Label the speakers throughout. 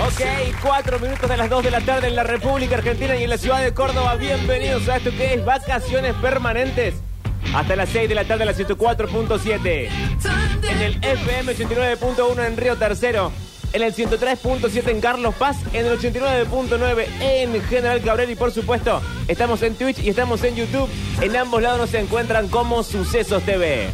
Speaker 1: Ok, cuatro minutos de las dos de la tarde en la República Argentina y en la ciudad de Córdoba. Bienvenidos a esto que es Vacaciones Permanentes. Hasta las 6 de la tarde en la 104.7. En el FM 89.1 en Río Tercero. En el 103.7 en Carlos Paz. En el 89.9 en General Cabrera. Y por supuesto, estamos en Twitch y estamos en YouTube. En ambos lados nos encuentran como Sucesos TV.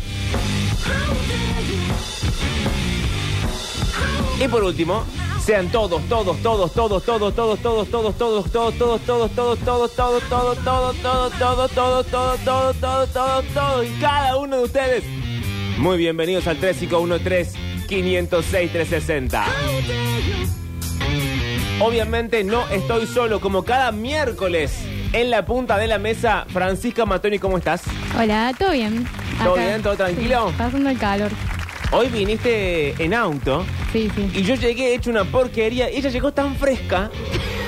Speaker 1: Y por último, sean todos, todos, todos, todos, todos, todos, todos, todos, todos, todos, todos, todos, todos, todos, todos, todos, todos, todos, todos, todos, todos, todos, todos, todos, todos y cada uno de ustedes. Muy bienvenidos al 3513-506-360. Obviamente no estoy solo, como cada miércoles. En la punta de la mesa, Francisca Matoni, ¿cómo estás?
Speaker 2: Hola, ¿todo bien?
Speaker 1: ¿Todo bien? ¿Todo tranquilo?
Speaker 2: Sí, pasando el calor.
Speaker 1: Hoy viniste en auto.
Speaker 2: Sí, sí.
Speaker 1: Y yo llegué hecho una porquería. Y ella llegó tan fresca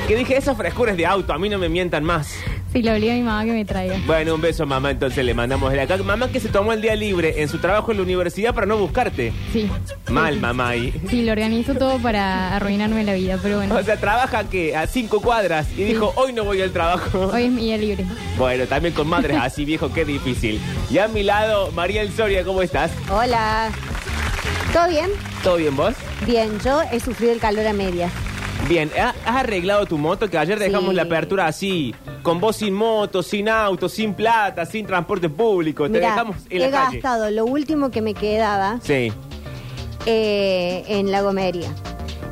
Speaker 1: que dije, esas frescuras de auto, a mí no me mientan más.
Speaker 2: Sí, lo obligué a mi mamá que me traiga.
Speaker 1: Bueno, un beso a mamá, entonces le mandamos de acá. Mamá que se tomó el día libre en su trabajo en la universidad para no buscarte.
Speaker 2: Sí.
Speaker 1: Mal, mamá ahí.
Speaker 2: Sí, lo organizo todo para arruinarme la vida, pero bueno.
Speaker 1: O sea, trabaja que a cinco cuadras y dijo, hoy no voy al trabajo.
Speaker 2: Hoy es mi día libre.
Speaker 1: Bueno, también con madres así, viejo, qué difícil. Y a mi lado, Mariel Soria, ¿cómo estás?
Speaker 3: Hola. ¿Todo bien?
Speaker 1: ¿Todo bien vos?
Speaker 3: Bien, yo he sufrido el calor a medias.
Speaker 1: Bien, ¿ha- ¿has arreglado tu moto? Que ayer dejamos
Speaker 3: Sí.
Speaker 1: la apertura así, con vos sin moto, sin auto, sin plata, sin transporte público. Pues Te
Speaker 3: Mirá,
Speaker 1: dejamos en
Speaker 3: he
Speaker 1: la calle.
Speaker 3: gastado lo último que me quedaba
Speaker 1: Sí.
Speaker 3: eh, en la gomería.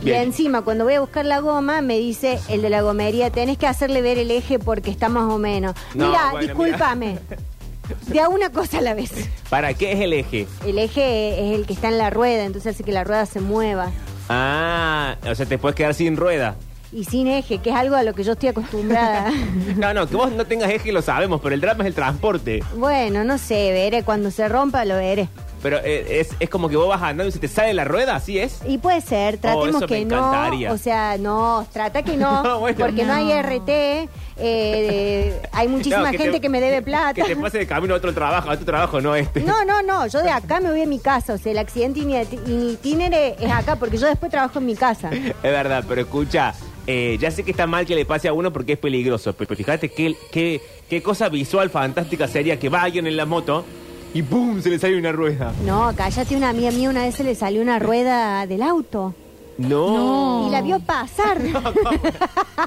Speaker 1: Bien.
Speaker 3: Y encima, cuando voy a buscar la goma, me dice el de la gomería, tenés que hacerle ver el eje porque está más o menos.
Speaker 1: No,
Speaker 3: mira,
Speaker 1: bueno,
Speaker 3: discúlpame. De a una cosa a la vez.
Speaker 1: ¿Para qué es el eje?
Speaker 3: El eje es el que está en la rueda, entonces hace que la rueda se mueva.
Speaker 1: Ah, o sea, te puedes quedar sin rueda.
Speaker 3: Y sin eje, que es algo a lo que yo estoy acostumbrada.
Speaker 1: No, no, que vos no tengas eje lo sabemos, pero el drama es el transporte.
Speaker 3: bueno, no sé, veré. Cuando se rompa, lo veré.
Speaker 1: Pero eh, es, es como que vos vas andando y se te sale la rueda, ¿así es?
Speaker 3: Y puede ser, tratemos
Speaker 1: Oh, eso me
Speaker 3: que
Speaker 1: encantaría.
Speaker 3: no. O sea, no, trata que no,
Speaker 1: No, bueno.
Speaker 3: porque no,
Speaker 2: No.
Speaker 3: hay RT, eh, de- hay muchísima
Speaker 1: No,
Speaker 3: gente
Speaker 1: te-
Speaker 3: que me debe
Speaker 1: Que
Speaker 3: plata.
Speaker 1: te pase de camino a otro trabajo, a tu trabajo, no a este.
Speaker 3: No, no, no, yo de acá me voy a mi casa, o sea, el accidente ini- in itinere es acá, porque yo después trabajo en mi casa.
Speaker 1: Es verdad, pero escucha, eh, ya sé que está mal que le pase a uno porque es peligroso, pero fíjate qué, qué, qué cosa visual fantástica sería que va alguien en la moto y ¡pum! se le sale una rueda.
Speaker 3: No, cállate, una amiga mía una vez se le salió una rueda del auto
Speaker 1: No.
Speaker 2: No.
Speaker 3: y la vio pasar.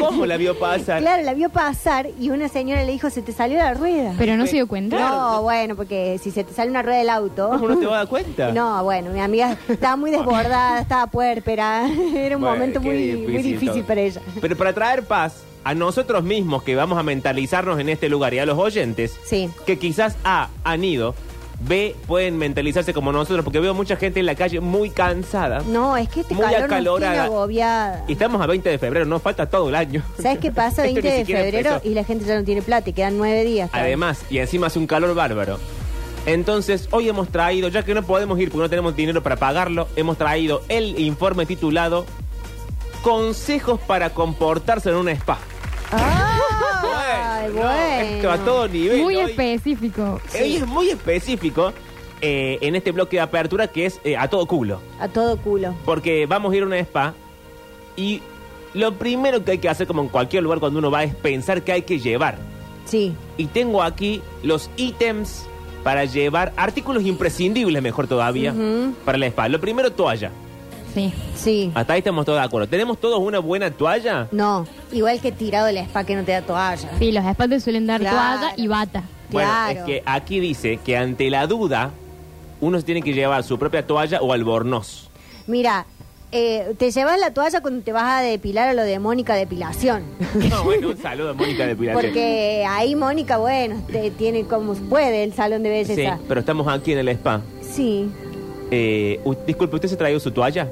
Speaker 1: ¿Cómo la vio pasar?
Speaker 3: Claro, la vio pasar y una señora le dijo, se te salió la rueda.
Speaker 2: Pero no se dio cuenta.
Speaker 3: No, bueno, porque si se te sale una rueda del auto...
Speaker 1: ¿Cómo no te vas a dar cuenta?
Speaker 3: No, bueno, mi amiga estaba muy desbordada, estaba puérpera. Era un
Speaker 1: Bueno,
Speaker 3: momento
Speaker 1: qué
Speaker 3: muy difícil, muy difícil
Speaker 1: todo.
Speaker 3: para ella.
Speaker 1: Pero para traer paz a nosotros mismos que vamos a mentalizarnos en este lugar y a los oyentes
Speaker 3: Sí.
Speaker 1: que quizás A, han ido, B, pueden mentalizarse como nosotros porque veo mucha gente en la calle muy cansada.
Speaker 3: No, es que este
Speaker 1: Muy
Speaker 3: calor nos tiene
Speaker 1: acalorada.
Speaker 3: agobiada.
Speaker 1: Y estamos a 20 de febrero, nos falta todo el año.
Speaker 3: ¿Sabes qué
Speaker 1: Esto
Speaker 3: pasa?
Speaker 1: ni
Speaker 3: 20 de
Speaker 1: siquiera
Speaker 3: febrero
Speaker 1: empezó.
Speaker 3: y la gente ya no tiene plata y quedan nueve días. todavía.
Speaker 1: Además, y encima hace un calor bárbaro. Entonces, hoy hemos traído, ya que no podemos ir porque no tenemos dinero para pagarlo, hemos traído el informe titulado Consejos para comportarse en un spa.
Speaker 3: Ay,
Speaker 1: Bueno,
Speaker 3: ¡Ah! bueno.
Speaker 1: Esto a todo nivel.
Speaker 2: Muy
Speaker 1: hoy. ¿Eh?
Speaker 2: específico.
Speaker 1: Hoy es muy específico eh, en este bloque de apertura que es eh, a todo culo.
Speaker 3: A todo culo.
Speaker 1: Porque vamos a ir a una spa y lo primero que hay que hacer, como en cualquier lugar cuando uno va, es pensar que hay que llevar.
Speaker 3: Sí.
Speaker 1: Y tengo aquí los ítems para llevar, artículos imprescindibles, mejor todavía,
Speaker 3: Ujú.
Speaker 1: para la spa. Lo primero, toalla.
Speaker 2: Sí.
Speaker 3: Sí.
Speaker 1: Hasta ahí estamos todos de acuerdo. ¿Tenemos todos una buena toalla?
Speaker 3: No, igual que tirado el spa que no te da toalla.
Speaker 2: Sí, los espatos suelen dar
Speaker 3: Claro.
Speaker 2: toalla y bata.
Speaker 3: Claro.
Speaker 1: Bueno, es que aquí dice que ante la duda, uno se tiene que llevar su propia toalla o albornoz.
Speaker 3: Mira, eh, te llevas la toalla cuando te vas a depilar a lo de Mónica Depilación.
Speaker 1: No, bueno, un saludo a Mónica de Pilates.
Speaker 3: Porque ahí Mónica, bueno, te tiene como puede el salón de
Speaker 1: Sí,
Speaker 3: belleza.
Speaker 1: pero estamos aquí en el spa.
Speaker 3: Sí.
Speaker 1: Eh, u- disculpe, ¿usted se ha traído su toalla?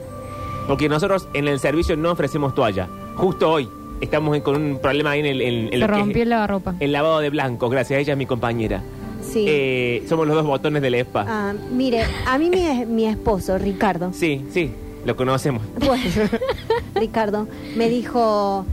Speaker 1: Porque nosotros en el servicio no ofrecemos toalla. Justo hoy estamos en- con un problema ahí en el... En, en
Speaker 2: Se
Speaker 1: lo que es
Speaker 2: rompió el lavarropa.
Speaker 1: el lavado de blanco, gracias. Ella es mi compañera.
Speaker 3: Sí.
Speaker 1: Eh, somos los dos botones del spa.
Speaker 3: Ah, mire, a mí mi, mi esposo, Ricardo,
Speaker 1: Sí, sí, lo conocemos.
Speaker 3: bueno, Ricardo, me dijo,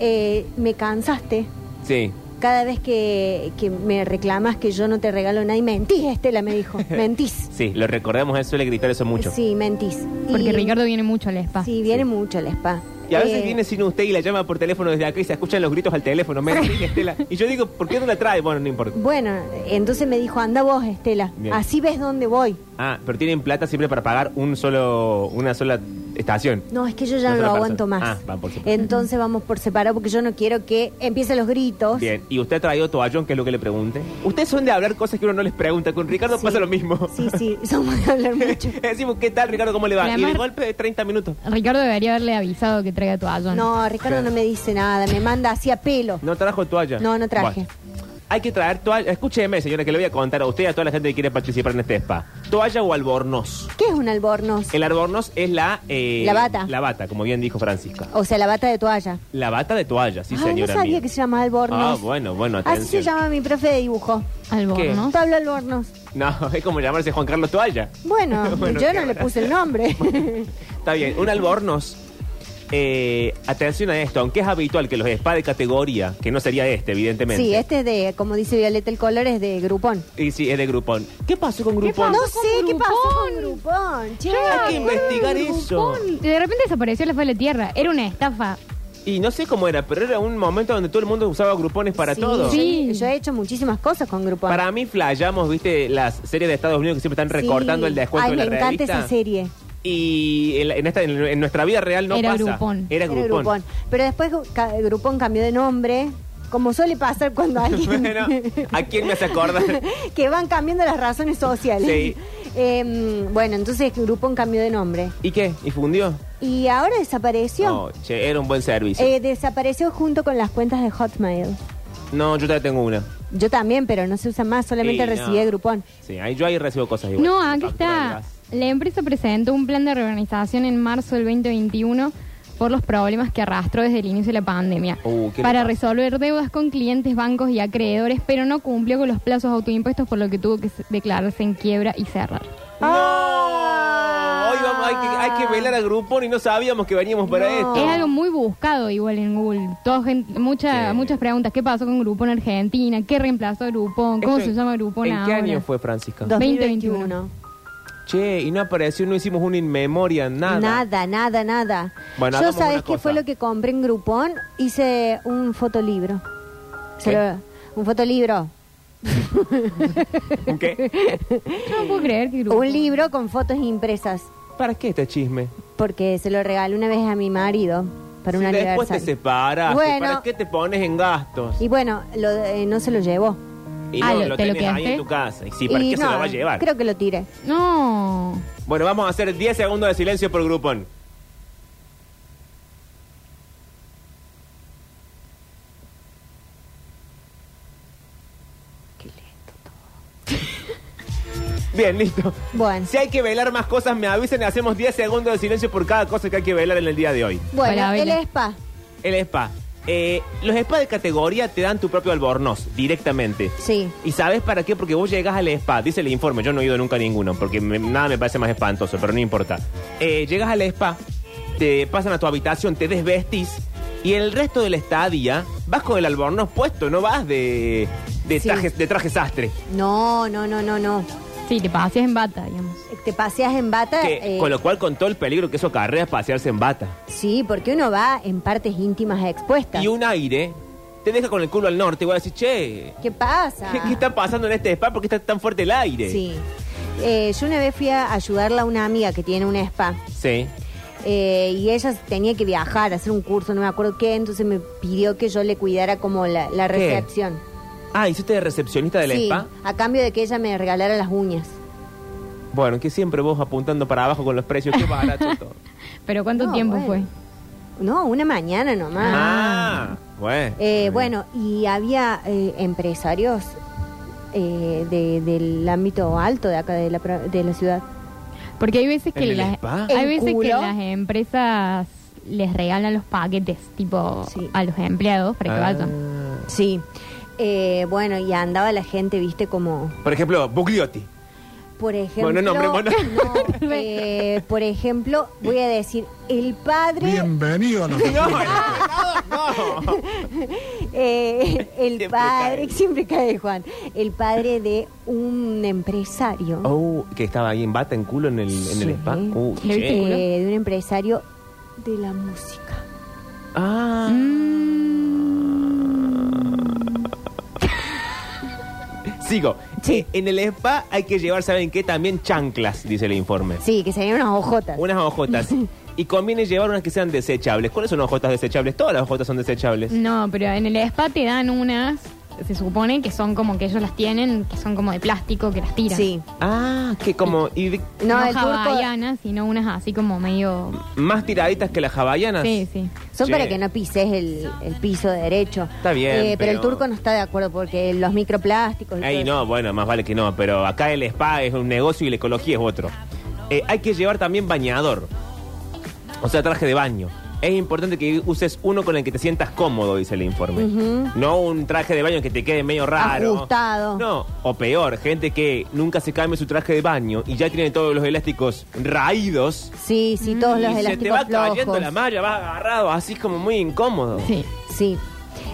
Speaker 3: eh, me cansaste.
Speaker 1: Sí.
Speaker 3: cada vez que, que me reclamas que yo no te regalo nada, y mentís, Estela me dijo, mentís.
Speaker 1: Sí, lo recordamos, él suele gritar eso mucho.
Speaker 3: Sí, mentís.
Speaker 2: Porque
Speaker 3: Y-
Speaker 2: Ricardo viene mucho al spa.
Speaker 3: Sí, viene mucho el spa.
Speaker 1: Y a veces
Speaker 3: Eh,
Speaker 1: viene sin usted y la llama por teléfono desde acá y se escuchan los gritos al teléfono. Mentira, Estela. Y yo digo, ¿por qué no la trae? Bueno, no importa.
Speaker 3: Bueno, entonces me dijo, anda vos, Estela,
Speaker 1: Bien.
Speaker 3: así ves dónde voy.
Speaker 1: Ah, pero tienen plata siempre para pagar un solo, una sola estación.
Speaker 3: No, es que yo ya
Speaker 1: Una
Speaker 3: no lo
Speaker 1: sola
Speaker 3: aguanto
Speaker 1: persona.
Speaker 3: más.
Speaker 1: Ah, van por separado.
Speaker 3: entonces vamos por separado porque yo no quiero que empiecen los gritos.
Speaker 1: Bien, y usted ha traído toallón, que es lo que le pregunte. Ustedes son de hablar cosas que uno no les pregunta. Con Ricardo
Speaker 3: Sí.
Speaker 1: pasa lo mismo.
Speaker 3: Sí, sí, somos de hablar mucho.
Speaker 1: Decimos, ¿qué tal, Ricardo? ¿Cómo le va?
Speaker 2: La
Speaker 1: Y de
Speaker 2: Mar-
Speaker 1: golpe de 30 minutos.
Speaker 2: Ricardo debería haberle avisado que traiga toallón.
Speaker 3: No, Ricardo no me dice nada, me manda así a pelo.
Speaker 1: ¿No trajo toalla?
Speaker 3: No, no traje.
Speaker 1: Bueno, Hay que traer toalla. Escúcheme, señora, que le voy a contar a usted y a toda la gente que quiere participar en este spa. ¿Toalla o albornoz?
Speaker 3: ¿Qué es un albornoz?
Speaker 1: El albornoz es la... eh,
Speaker 3: La bata.
Speaker 1: La bata, como bien dijo Francisca.
Speaker 3: O sea, la bata de toalla.
Speaker 1: La bata de toalla, sí,
Speaker 3: Ay,
Speaker 1: señora
Speaker 3: Ah, no sabía
Speaker 1: mía.
Speaker 3: que se llama
Speaker 1: Ah,
Speaker 3: albornoz.
Speaker 1: bueno, bueno,
Speaker 3: Así se
Speaker 1: atención.
Speaker 3: llama mi profe de dibujo.
Speaker 2: Albornoz.
Speaker 3: Pablo Albornoz.
Speaker 1: No, es como llamarse Juan Carlos Toalla.
Speaker 3: Bueno,
Speaker 1: Bueno,
Speaker 3: yo
Speaker 1: qué
Speaker 3: no le
Speaker 1: gracia.
Speaker 3: puse el nombre.
Speaker 1: Está bien, un albornoz. Eh, atención a esto, aunque es habitual que los spa de categoría, que no sería este, evidentemente.
Speaker 3: sí, este es de, como dice Violeta, el color es de grupón.
Speaker 1: Y sí, es de Grupón. ¿Qué pasó con Grupón?
Speaker 3: No
Speaker 2: con
Speaker 3: sé qué pasó con
Speaker 2: Groupon?
Speaker 3: grupón. Che,
Speaker 1: Hay que investigar eso.
Speaker 2: Pum, De repente desapareció la faz de la tierra. Era una estafa.
Speaker 1: Y no sé cómo era, pero era un momento donde todo el mundo usaba Grupones para
Speaker 3: Sí,
Speaker 1: todo.
Speaker 2: Sí.
Speaker 3: Yo he hecho muchísimas cosas con grupón.
Speaker 1: Para mí flayamos, viste, las series de Estados Unidos que siempre están recortando
Speaker 3: Sí.
Speaker 1: el descuento
Speaker 3: Ay,
Speaker 1: de la
Speaker 3: me encanta
Speaker 1: revista.
Speaker 3: esa serie.
Speaker 1: Y en, la- en esta, en, en nuestra vida real no
Speaker 2: Era
Speaker 1: pasa.
Speaker 2: Groupon.
Speaker 1: Era
Speaker 3: Era
Speaker 1: Grupón.
Speaker 3: Groupon. Pero después ca- Groupon cambió de nombre, como suele pasar cuando alguien...
Speaker 1: bueno, ¿a quién me hace acordar?
Speaker 3: que van cambiando las razones sociales.
Speaker 1: Sí.
Speaker 3: Eh, bueno, entonces Groupon cambió de nombre.
Speaker 1: ¿Y qué? ¿Y fundió?
Speaker 3: Y ahora desapareció.
Speaker 1: No, che, era un buen servicio.
Speaker 3: Eh, desapareció junto con las cuentas de Hotmail.
Speaker 1: no, yo todavía tengo una.
Speaker 3: Yo también, pero no se usa más, solamente
Speaker 1: Y no.
Speaker 3: recibí el Groupon.
Speaker 1: Sí, ahí, yo ahí recibo cosas igual.
Speaker 2: No, aquí
Speaker 1: Factura del
Speaker 2: está.
Speaker 1: gas.
Speaker 2: La empresa presentó un plan de reorganización en marzo del 2021 por los problemas que arrastró desde el inicio de la pandemia
Speaker 1: Uh, ¿qué le
Speaker 2: para
Speaker 1: pasa?
Speaker 2: resolver deudas con clientes, bancos y acreedores, pero no cumplió con los plazos autoimpuestos por lo que tuvo que se- declararse en quiebra y cerrar.
Speaker 1: ¡No!
Speaker 3: Ah.
Speaker 1: Hoy vamos, hay, que, hay que velar a Groupon y no sabíamos que veníamos para
Speaker 3: No.
Speaker 1: esto.
Speaker 2: Es algo muy buscado igual en Google. Toda gente- mucha-
Speaker 1: Sí.
Speaker 2: Muchas preguntas. ¿Qué pasó con Grupón Argentina? ¿Qué reemplazó a Grupón? ¿Cómo
Speaker 1: Esto
Speaker 2: se
Speaker 1: en-
Speaker 2: llama Grupón
Speaker 1: Este, ¿En qué
Speaker 2: ahora?
Speaker 1: año fue, Francisca?
Speaker 3: 2021.
Speaker 1: Che, y no apareció, no hicimos un in memoria, nada.
Speaker 3: Nada, nada, nada.
Speaker 1: Bueno,
Speaker 3: Yo
Speaker 1: hagamos una
Speaker 3: sabes qué
Speaker 1: cosa.
Speaker 3: fue lo que compré en Groupon, hice un fotolibro. Se
Speaker 1: ¿Qué?
Speaker 3: lo- un fotolibro.
Speaker 1: ¿Un qué?
Speaker 2: Yo no puedo creer que Grupón...
Speaker 3: Un libro con fotos impresas,
Speaker 1: ¿Para qué este chisme?
Speaker 3: porque se lo regalé una vez a mi marido para un
Speaker 1: Si después te
Speaker 3: aniversario.
Speaker 1: separas,
Speaker 3: Bueno.
Speaker 1: ¿para qué te pones en gastos?
Speaker 3: Y bueno, lo, eh, no se lo llevó.
Speaker 1: Y
Speaker 2: Ah,
Speaker 1: no,
Speaker 2: lo-
Speaker 1: lo
Speaker 2: ¿te lo
Speaker 1: tenés ahí
Speaker 2: quedaste?
Speaker 1: en tu casa. Y sí, ¿para
Speaker 3: Y
Speaker 1: qué se
Speaker 3: no,
Speaker 1: lo va a llevar?
Speaker 3: Creo que lo tiré.
Speaker 2: No.
Speaker 1: Bueno, vamos a hacer 10 segundos de silencio por Groupon. Bien, listo.
Speaker 3: Bueno,
Speaker 1: Si hay que velar más cosas, me avisen y hacemos 10 segundos de silencio por cada cosa que hay que velar en el día de hoy.
Speaker 3: bueno
Speaker 2: Para
Speaker 3: el
Speaker 2: Abela.
Speaker 3: spa.
Speaker 1: El spa. Eh, los spas de categoría te dan tu propio albornoz directamente.
Speaker 3: Sí.
Speaker 1: ¿Y sabes para qué? Porque vos llegás al spa, dice el informe, yo no he ido nunca a ninguno, porque me- nada me parece más espantoso, pero no importa. Eh, llegas al spa, te pasan a tu habitación, te desvestís y el resto del estadía vas con el albornoz puesto, no vas de, de,
Speaker 3: Sí.
Speaker 1: traje, de traje sastre.
Speaker 3: No, no, no, no, no.
Speaker 2: Sí, te paseas en bata, digamos.
Speaker 3: Te paseas en bata.
Speaker 1: Que-
Speaker 3: eh,
Speaker 1: Con lo cual, con todo el peligro que eso acarrea, es pasearse en bata.
Speaker 3: Sí, porque uno va en partes íntimas expuestas.
Speaker 1: Y un aire te deja con el culo al norte y vas a decir, che,
Speaker 3: ¿Qué pasa?
Speaker 1: ¿qué, qué está pasando en este spa? ¿Por qué está tan fuerte el aire?
Speaker 3: Sí. Eh, yo una vez fui a ayudarla a una amiga que tiene un spa.
Speaker 1: Sí.
Speaker 3: eh, y ella tenía que viajar, hacer un curso, no me acuerdo qué. Entonces me pidió que yo le cuidara como la, la
Speaker 1: ¿Qué?
Speaker 3: recepción.
Speaker 1: Ah, ¿hiciste de recepcionista del
Speaker 3: sí,
Speaker 1: spa?
Speaker 3: a cambio de que ella me regalara las uñas.
Speaker 1: Bueno, que siempre vos apuntando para abajo con los precios, qué barato todo.
Speaker 2: Pero ¿cuánto
Speaker 3: No,
Speaker 2: tiempo
Speaker 3: Ah, bueno.
Speaker 2: fue?
Speaker 3: No, una mañana nomás.
Speaker 1: Ah, bueno.
Speaker 3: Eh, bueno, y había eh, empresarios eh, de- del ámbito alto de acá de la, pro- de la ciudad.
Speaker 2: Porque hay veces
Speaker 1: ¿En
Speaker 2: que
Speaker 1: el
Speaker 2: las
Speaker 1: spa?
Speaker 2: hay
Speaker 3: ¿En
Speaker 2: veces que
Speaker 3: culo?
Speaker 2: las empresas les regalan los paquetes tipo
Speaker 3: Sí.
Speaker 2: a los empleados para que vayan.
Speaker 1: Ah.
Speaker 3: Sí. Eh, bueno, y andaba la gente, viste, como,
Speaker 1: Por ejemplo, Bugliotti.
Speaker 3: por ejemplo...
Speaker 1: Bueno, nombre, bueno.
Speaker 3: No, eh, por ejemplo, voy a decir, el padre,
Speaker 4: Bienvenido a los
Speaker 1: No, no, no.
Speaker 3: Eh, el
Speaker 1: Siempre
Speaker 3: padre,
Speaker 1: cae.
Speaker 3: siempre cae Juan, el padre de un empresario.
Speaker 1: Oh, que estaba ahí en bata, en culo, en el, en el
Speaker 3: Sí.
Speaker 1: spa. Uh,
Speaker 2: ¿Le viste
Speaker 1: che.
Speaker 2: culo?
Speaker 3: Eh, de un empresario de la música.
Speaker 1: Ah. Sigo. Eh,
Speaker 3: Sí.
Speaker 1: En el spa hay que llevar, ¿saben qué? También chanclas, dice el informe.
Speaker 3: Sí, que serían unas ojotas.
Speaker 1: Unas hojotas. Y conviene llevar unas que sean desechables. ¿Cuáles son hojotas desechables? Todas las hojotas son desechables.
Speaker 2: No, pero en el spa te dan unas, se supone que son como que ellos las tienen, que son como de plástico, que las tiran.
Speaker 3: Sí.
Speaker 1: Ah, que como. Y de-
Speaker 2: No,
Speaker 3: No, el turco
Speaker 2: hawaianas, sino unas así como medio...
Speaker 1: más tiraditas que las hawaianas.
Speaker 2: Sí, sí.
Speaker 3: son
Speaker 1: Che.
Speaker 3: para que no pises el, el piso derecho.
Speaker 1: Está bien,
Speaker 3: Eh, pero, el
Speaker 1: pero-
Speaker 3: turco no está de acuerdo porque los microplásticos. y
Speaker 1: Ey,
Speaker 3: todo
Speaker 1: no, bueno, más vale que no, pero acá el spa es un negocio y la ecología es otro. Eh, hay que llevar también bañador, o sea, traje de baño. Es importante que uses uno con el que te sientas cómodo, dice el informe. No un traje de baño que te quede medio raro.
Speaker 3: Ajustado.
Speaker 1: No, o peor, gente que nunca se cambia su traje de baño y ya tiene todos los elásticos raídos.
Speaker 3: eso. Sí, sí, todos los
Speaker 1: y se te
Speaker 3: elásticos
Speaker 1: va cayendo
Speaker 3: flojos.
Speaker 1: la malla, vas agarrado, así como muy incómodo.
Speaker 2: Sí.
Speaker 3: Sí.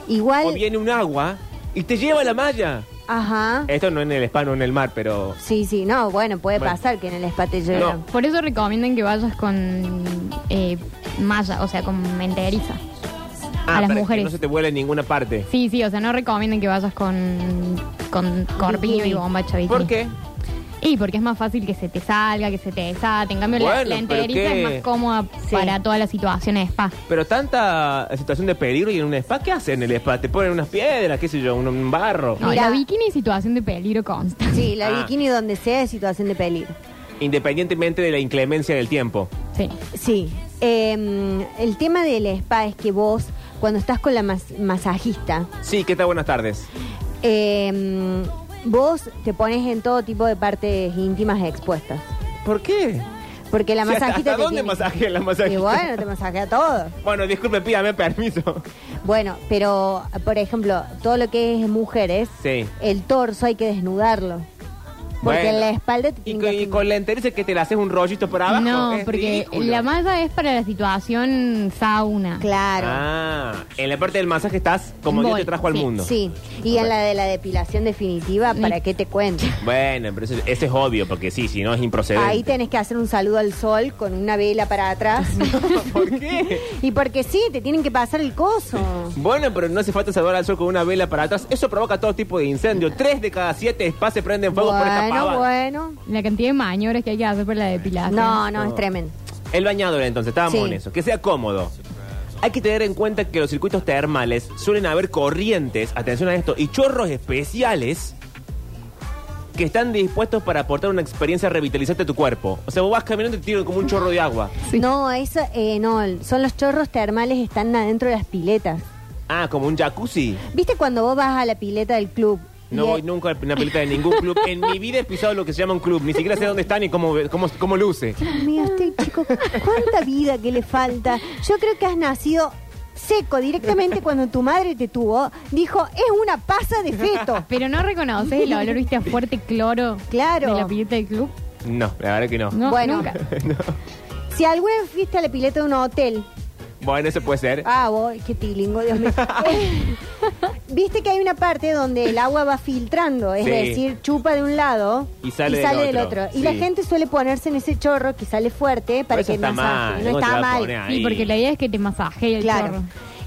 Speaker 3: Igual.
Speaker 1: O viene un agua y te lleva la malla.
Speaker 3: Ajá.
Speaker 1: Esto no en el spa, no en el mar, pero
Speaker 3: Sí, sí, no, bueno, puede
Speaker 1: Bueno.
Speaker 3: pasar que en el spa te
Speaker 1: No.
Speaker 3: lleven.
Speaker 2: Por eso recomiendan que vayas con eh, malla, o sea, con enteriza.
Speaker 1: Ah,
Speaker 2: a las
Speaker 1: para que
Speaker 2: mujeres.
Speaker 1: no se te vuele en ninguna parte.
Speaker 2: Sí, sí, o sea, no recomiendan que vayas con, con corpiño
Speaker 3: Bikini.
Speaker 2: y bombacha bikini.
Speaker 1: ¿Por qué?
Speaker 2: Y porque es más fácil que se te salga, que se te desate. En cambio, la-
Speaker 1: Bueno,
Speaker 2: la,
Speaker 1: pero
Speaker 2: enteriza
Speaker 1: qué-
Speaker 2: es más cómoda
Speaker 3: Sí.
Speaker 2: para todas las situaciones de spa.
Speaker 1: Pero tanta situación de peligro y en un spa, ¿qué hacen en el spa? Te ponen unas piedras, qué sé yo, un, un barro.
Speaker 2: No,
Speaker 3: Mira.
Speaker 2: la bikini es situación de peligro constante.
Speaker 3: Sí, la
Speaker 1: Ah.
Speaker 3: bikini donde sea es situación de peligro.
Speaker 1: Independientemente de la inclemencia del tiempo.
Speaker 2: Sí.
Speaker 3: Sí. Em, el tema del spa es que vos, cuando estás con la mas- masajista,
Speaker 1: Sí, ¿qué tal? Buenas tardes.
Speaker 3: em, vos te pones en todo tipo de partes íntimas expuestas.
Speaker 1: ¿Por qué?
Speaker 3: Porque la
Speaker 1: Sí, ¿hasta-
Speaker 3: masajista.
Speaker 1: hasta
Speaker 3: te
Speaker 1: dónde
Speaker 3: tiene-
Speaker 1: masajea la masajista?
Speaker 3: Y bueno, te masajea todo.
Speaker 1: Bueno, disculpe, pídame permiso.
Speaker 3: Bueno, pero, por ejemplo, todo lo que es mujeres,
Speaker 1: Sí.
Speaker 3: el torso hay que desnudarlo. Porque
Speaker 1: Bueno.
Speaker 3: en la espalda te
Speaker 1: Y,
Speaker 3: tienen
Speaker 1: con-
Speaker 3: que-
Speaker 1: y con la enteriza que te la haces un rollito para abajo.
Speaker 2: no,
Speaker 1: es
Speaker 2: porque
Speaker 1: ridículo.
Speaker 2: la malla es para la situación sauna.
Speaker 3: Claro.
Speaker 1: Ah, en la parte del masaje estás como Dios
Speaker 2: Voy,
Speaker 1: te trajo al
Speaker 2: sí,
Speaker 1: mundo.
Speaker 3: Sí, y en la de la depilación definitiva,
Speaker 1: Mm.
Speaker 2: Ni-
Speaker 3: ¿para qué te cuento?
Speaker 1: Bueno, pero eso, eso es obvio, porque sí, si no es improcedente.
Speaker 3: Ahí tenés que hacer un saludo al sol con una vela para atrás.
Speaker 1: ¿Por qué?
Speaker 3: y porque sí, te tienen que pasar el coso.
Speaker 1: Bueno, pero no hace falta salvar al sol con una vela para atrás. Eso provoca todo tipo de incendio. Tres de cada siete spas se prenden fuego por esta pava.
Speaker 3: Bueno, bueno.
Speaker 2: La cantidad de maniobras que hay que hacer para la depilación.
Speaker 3: No, no, es tremendo.
Speaker 1: El bañador, entonces, estábamos
Speaker 3: Sí.
Speaker 1: en eso. Que sea cómodo. Hay que tener en cuenta que los circuitos termales suelen haber corrientes, atención a esto, y chorros especiales que están dispuestos para aportar una experiencia revitalizante a tu cuerpo. O sea, vos vas caminando y te tiran como un chorro de agua.
Speaker 2: Sí.
Speaker 3: No, eso, eh, no, son los chorros termales están adentro de las piletas.
Speaker 1: Ah, como un jacuzzi.
Speaker 3: ¿Viste cuando vos vas a la pileta del club?
Speaker 1: No
Speaker 3: Y-
Speaker 1: voy nunca a una pelota de ningún club. En mi vida he pisado lo que se llama un club. Ni siquiera sé dónde está ni cómo, cómo, cómo luce.
Speaker 3: Mira, este chico, cuánta vida que le falta. Yo creo que has nacido seco directamente cuando tu madre te tuvo. Dijo, es una pasa de feto.
Speaker 2: Pero no reconoces el olor, viste, a fuerte cloro.
Speaker 3: Claro.
Speaker 2: De la pileta del club.
Speaker 1: No, la verdad que no.
Speaker 2: No,
Speaker 3: Bueno.
Speaker 2: nunca.
Speaker 3: Si alguna vez fuiste a la pileta de un hotel,
Speaker 1: Bueno, eso puede ser.
Speaker 3: ah, vos, qué tilingo, Dios mío. Viste que hay una parte donde el agua va filtrando, es
Speaker 1: Sí.
Speaker 3: decir, chupa de un lado
Speaker 1: Y sale del otro,
Speaker 3: Y la
Speaker 1: sí.
Speaker 3: gente suele ponerse en ese chorro que sale fuerte
Speaker 1: Pero
Speaker 3: para
Speaker 1: eso
Speaker 3: que
Speaker 1: está
Speaker 3: masaje.
Speaker 1: mal,
Speaker 3: No
Speaker 1: ¿cómo te
Speaker 3: está
Speaker 1: va a
Speaker 3: mal.
Speaker 1: poner ahí?
Speaker 2: Sí, porque la idea es que te masajee el
Speaker 3: Claro.
Speaker 2: chorro.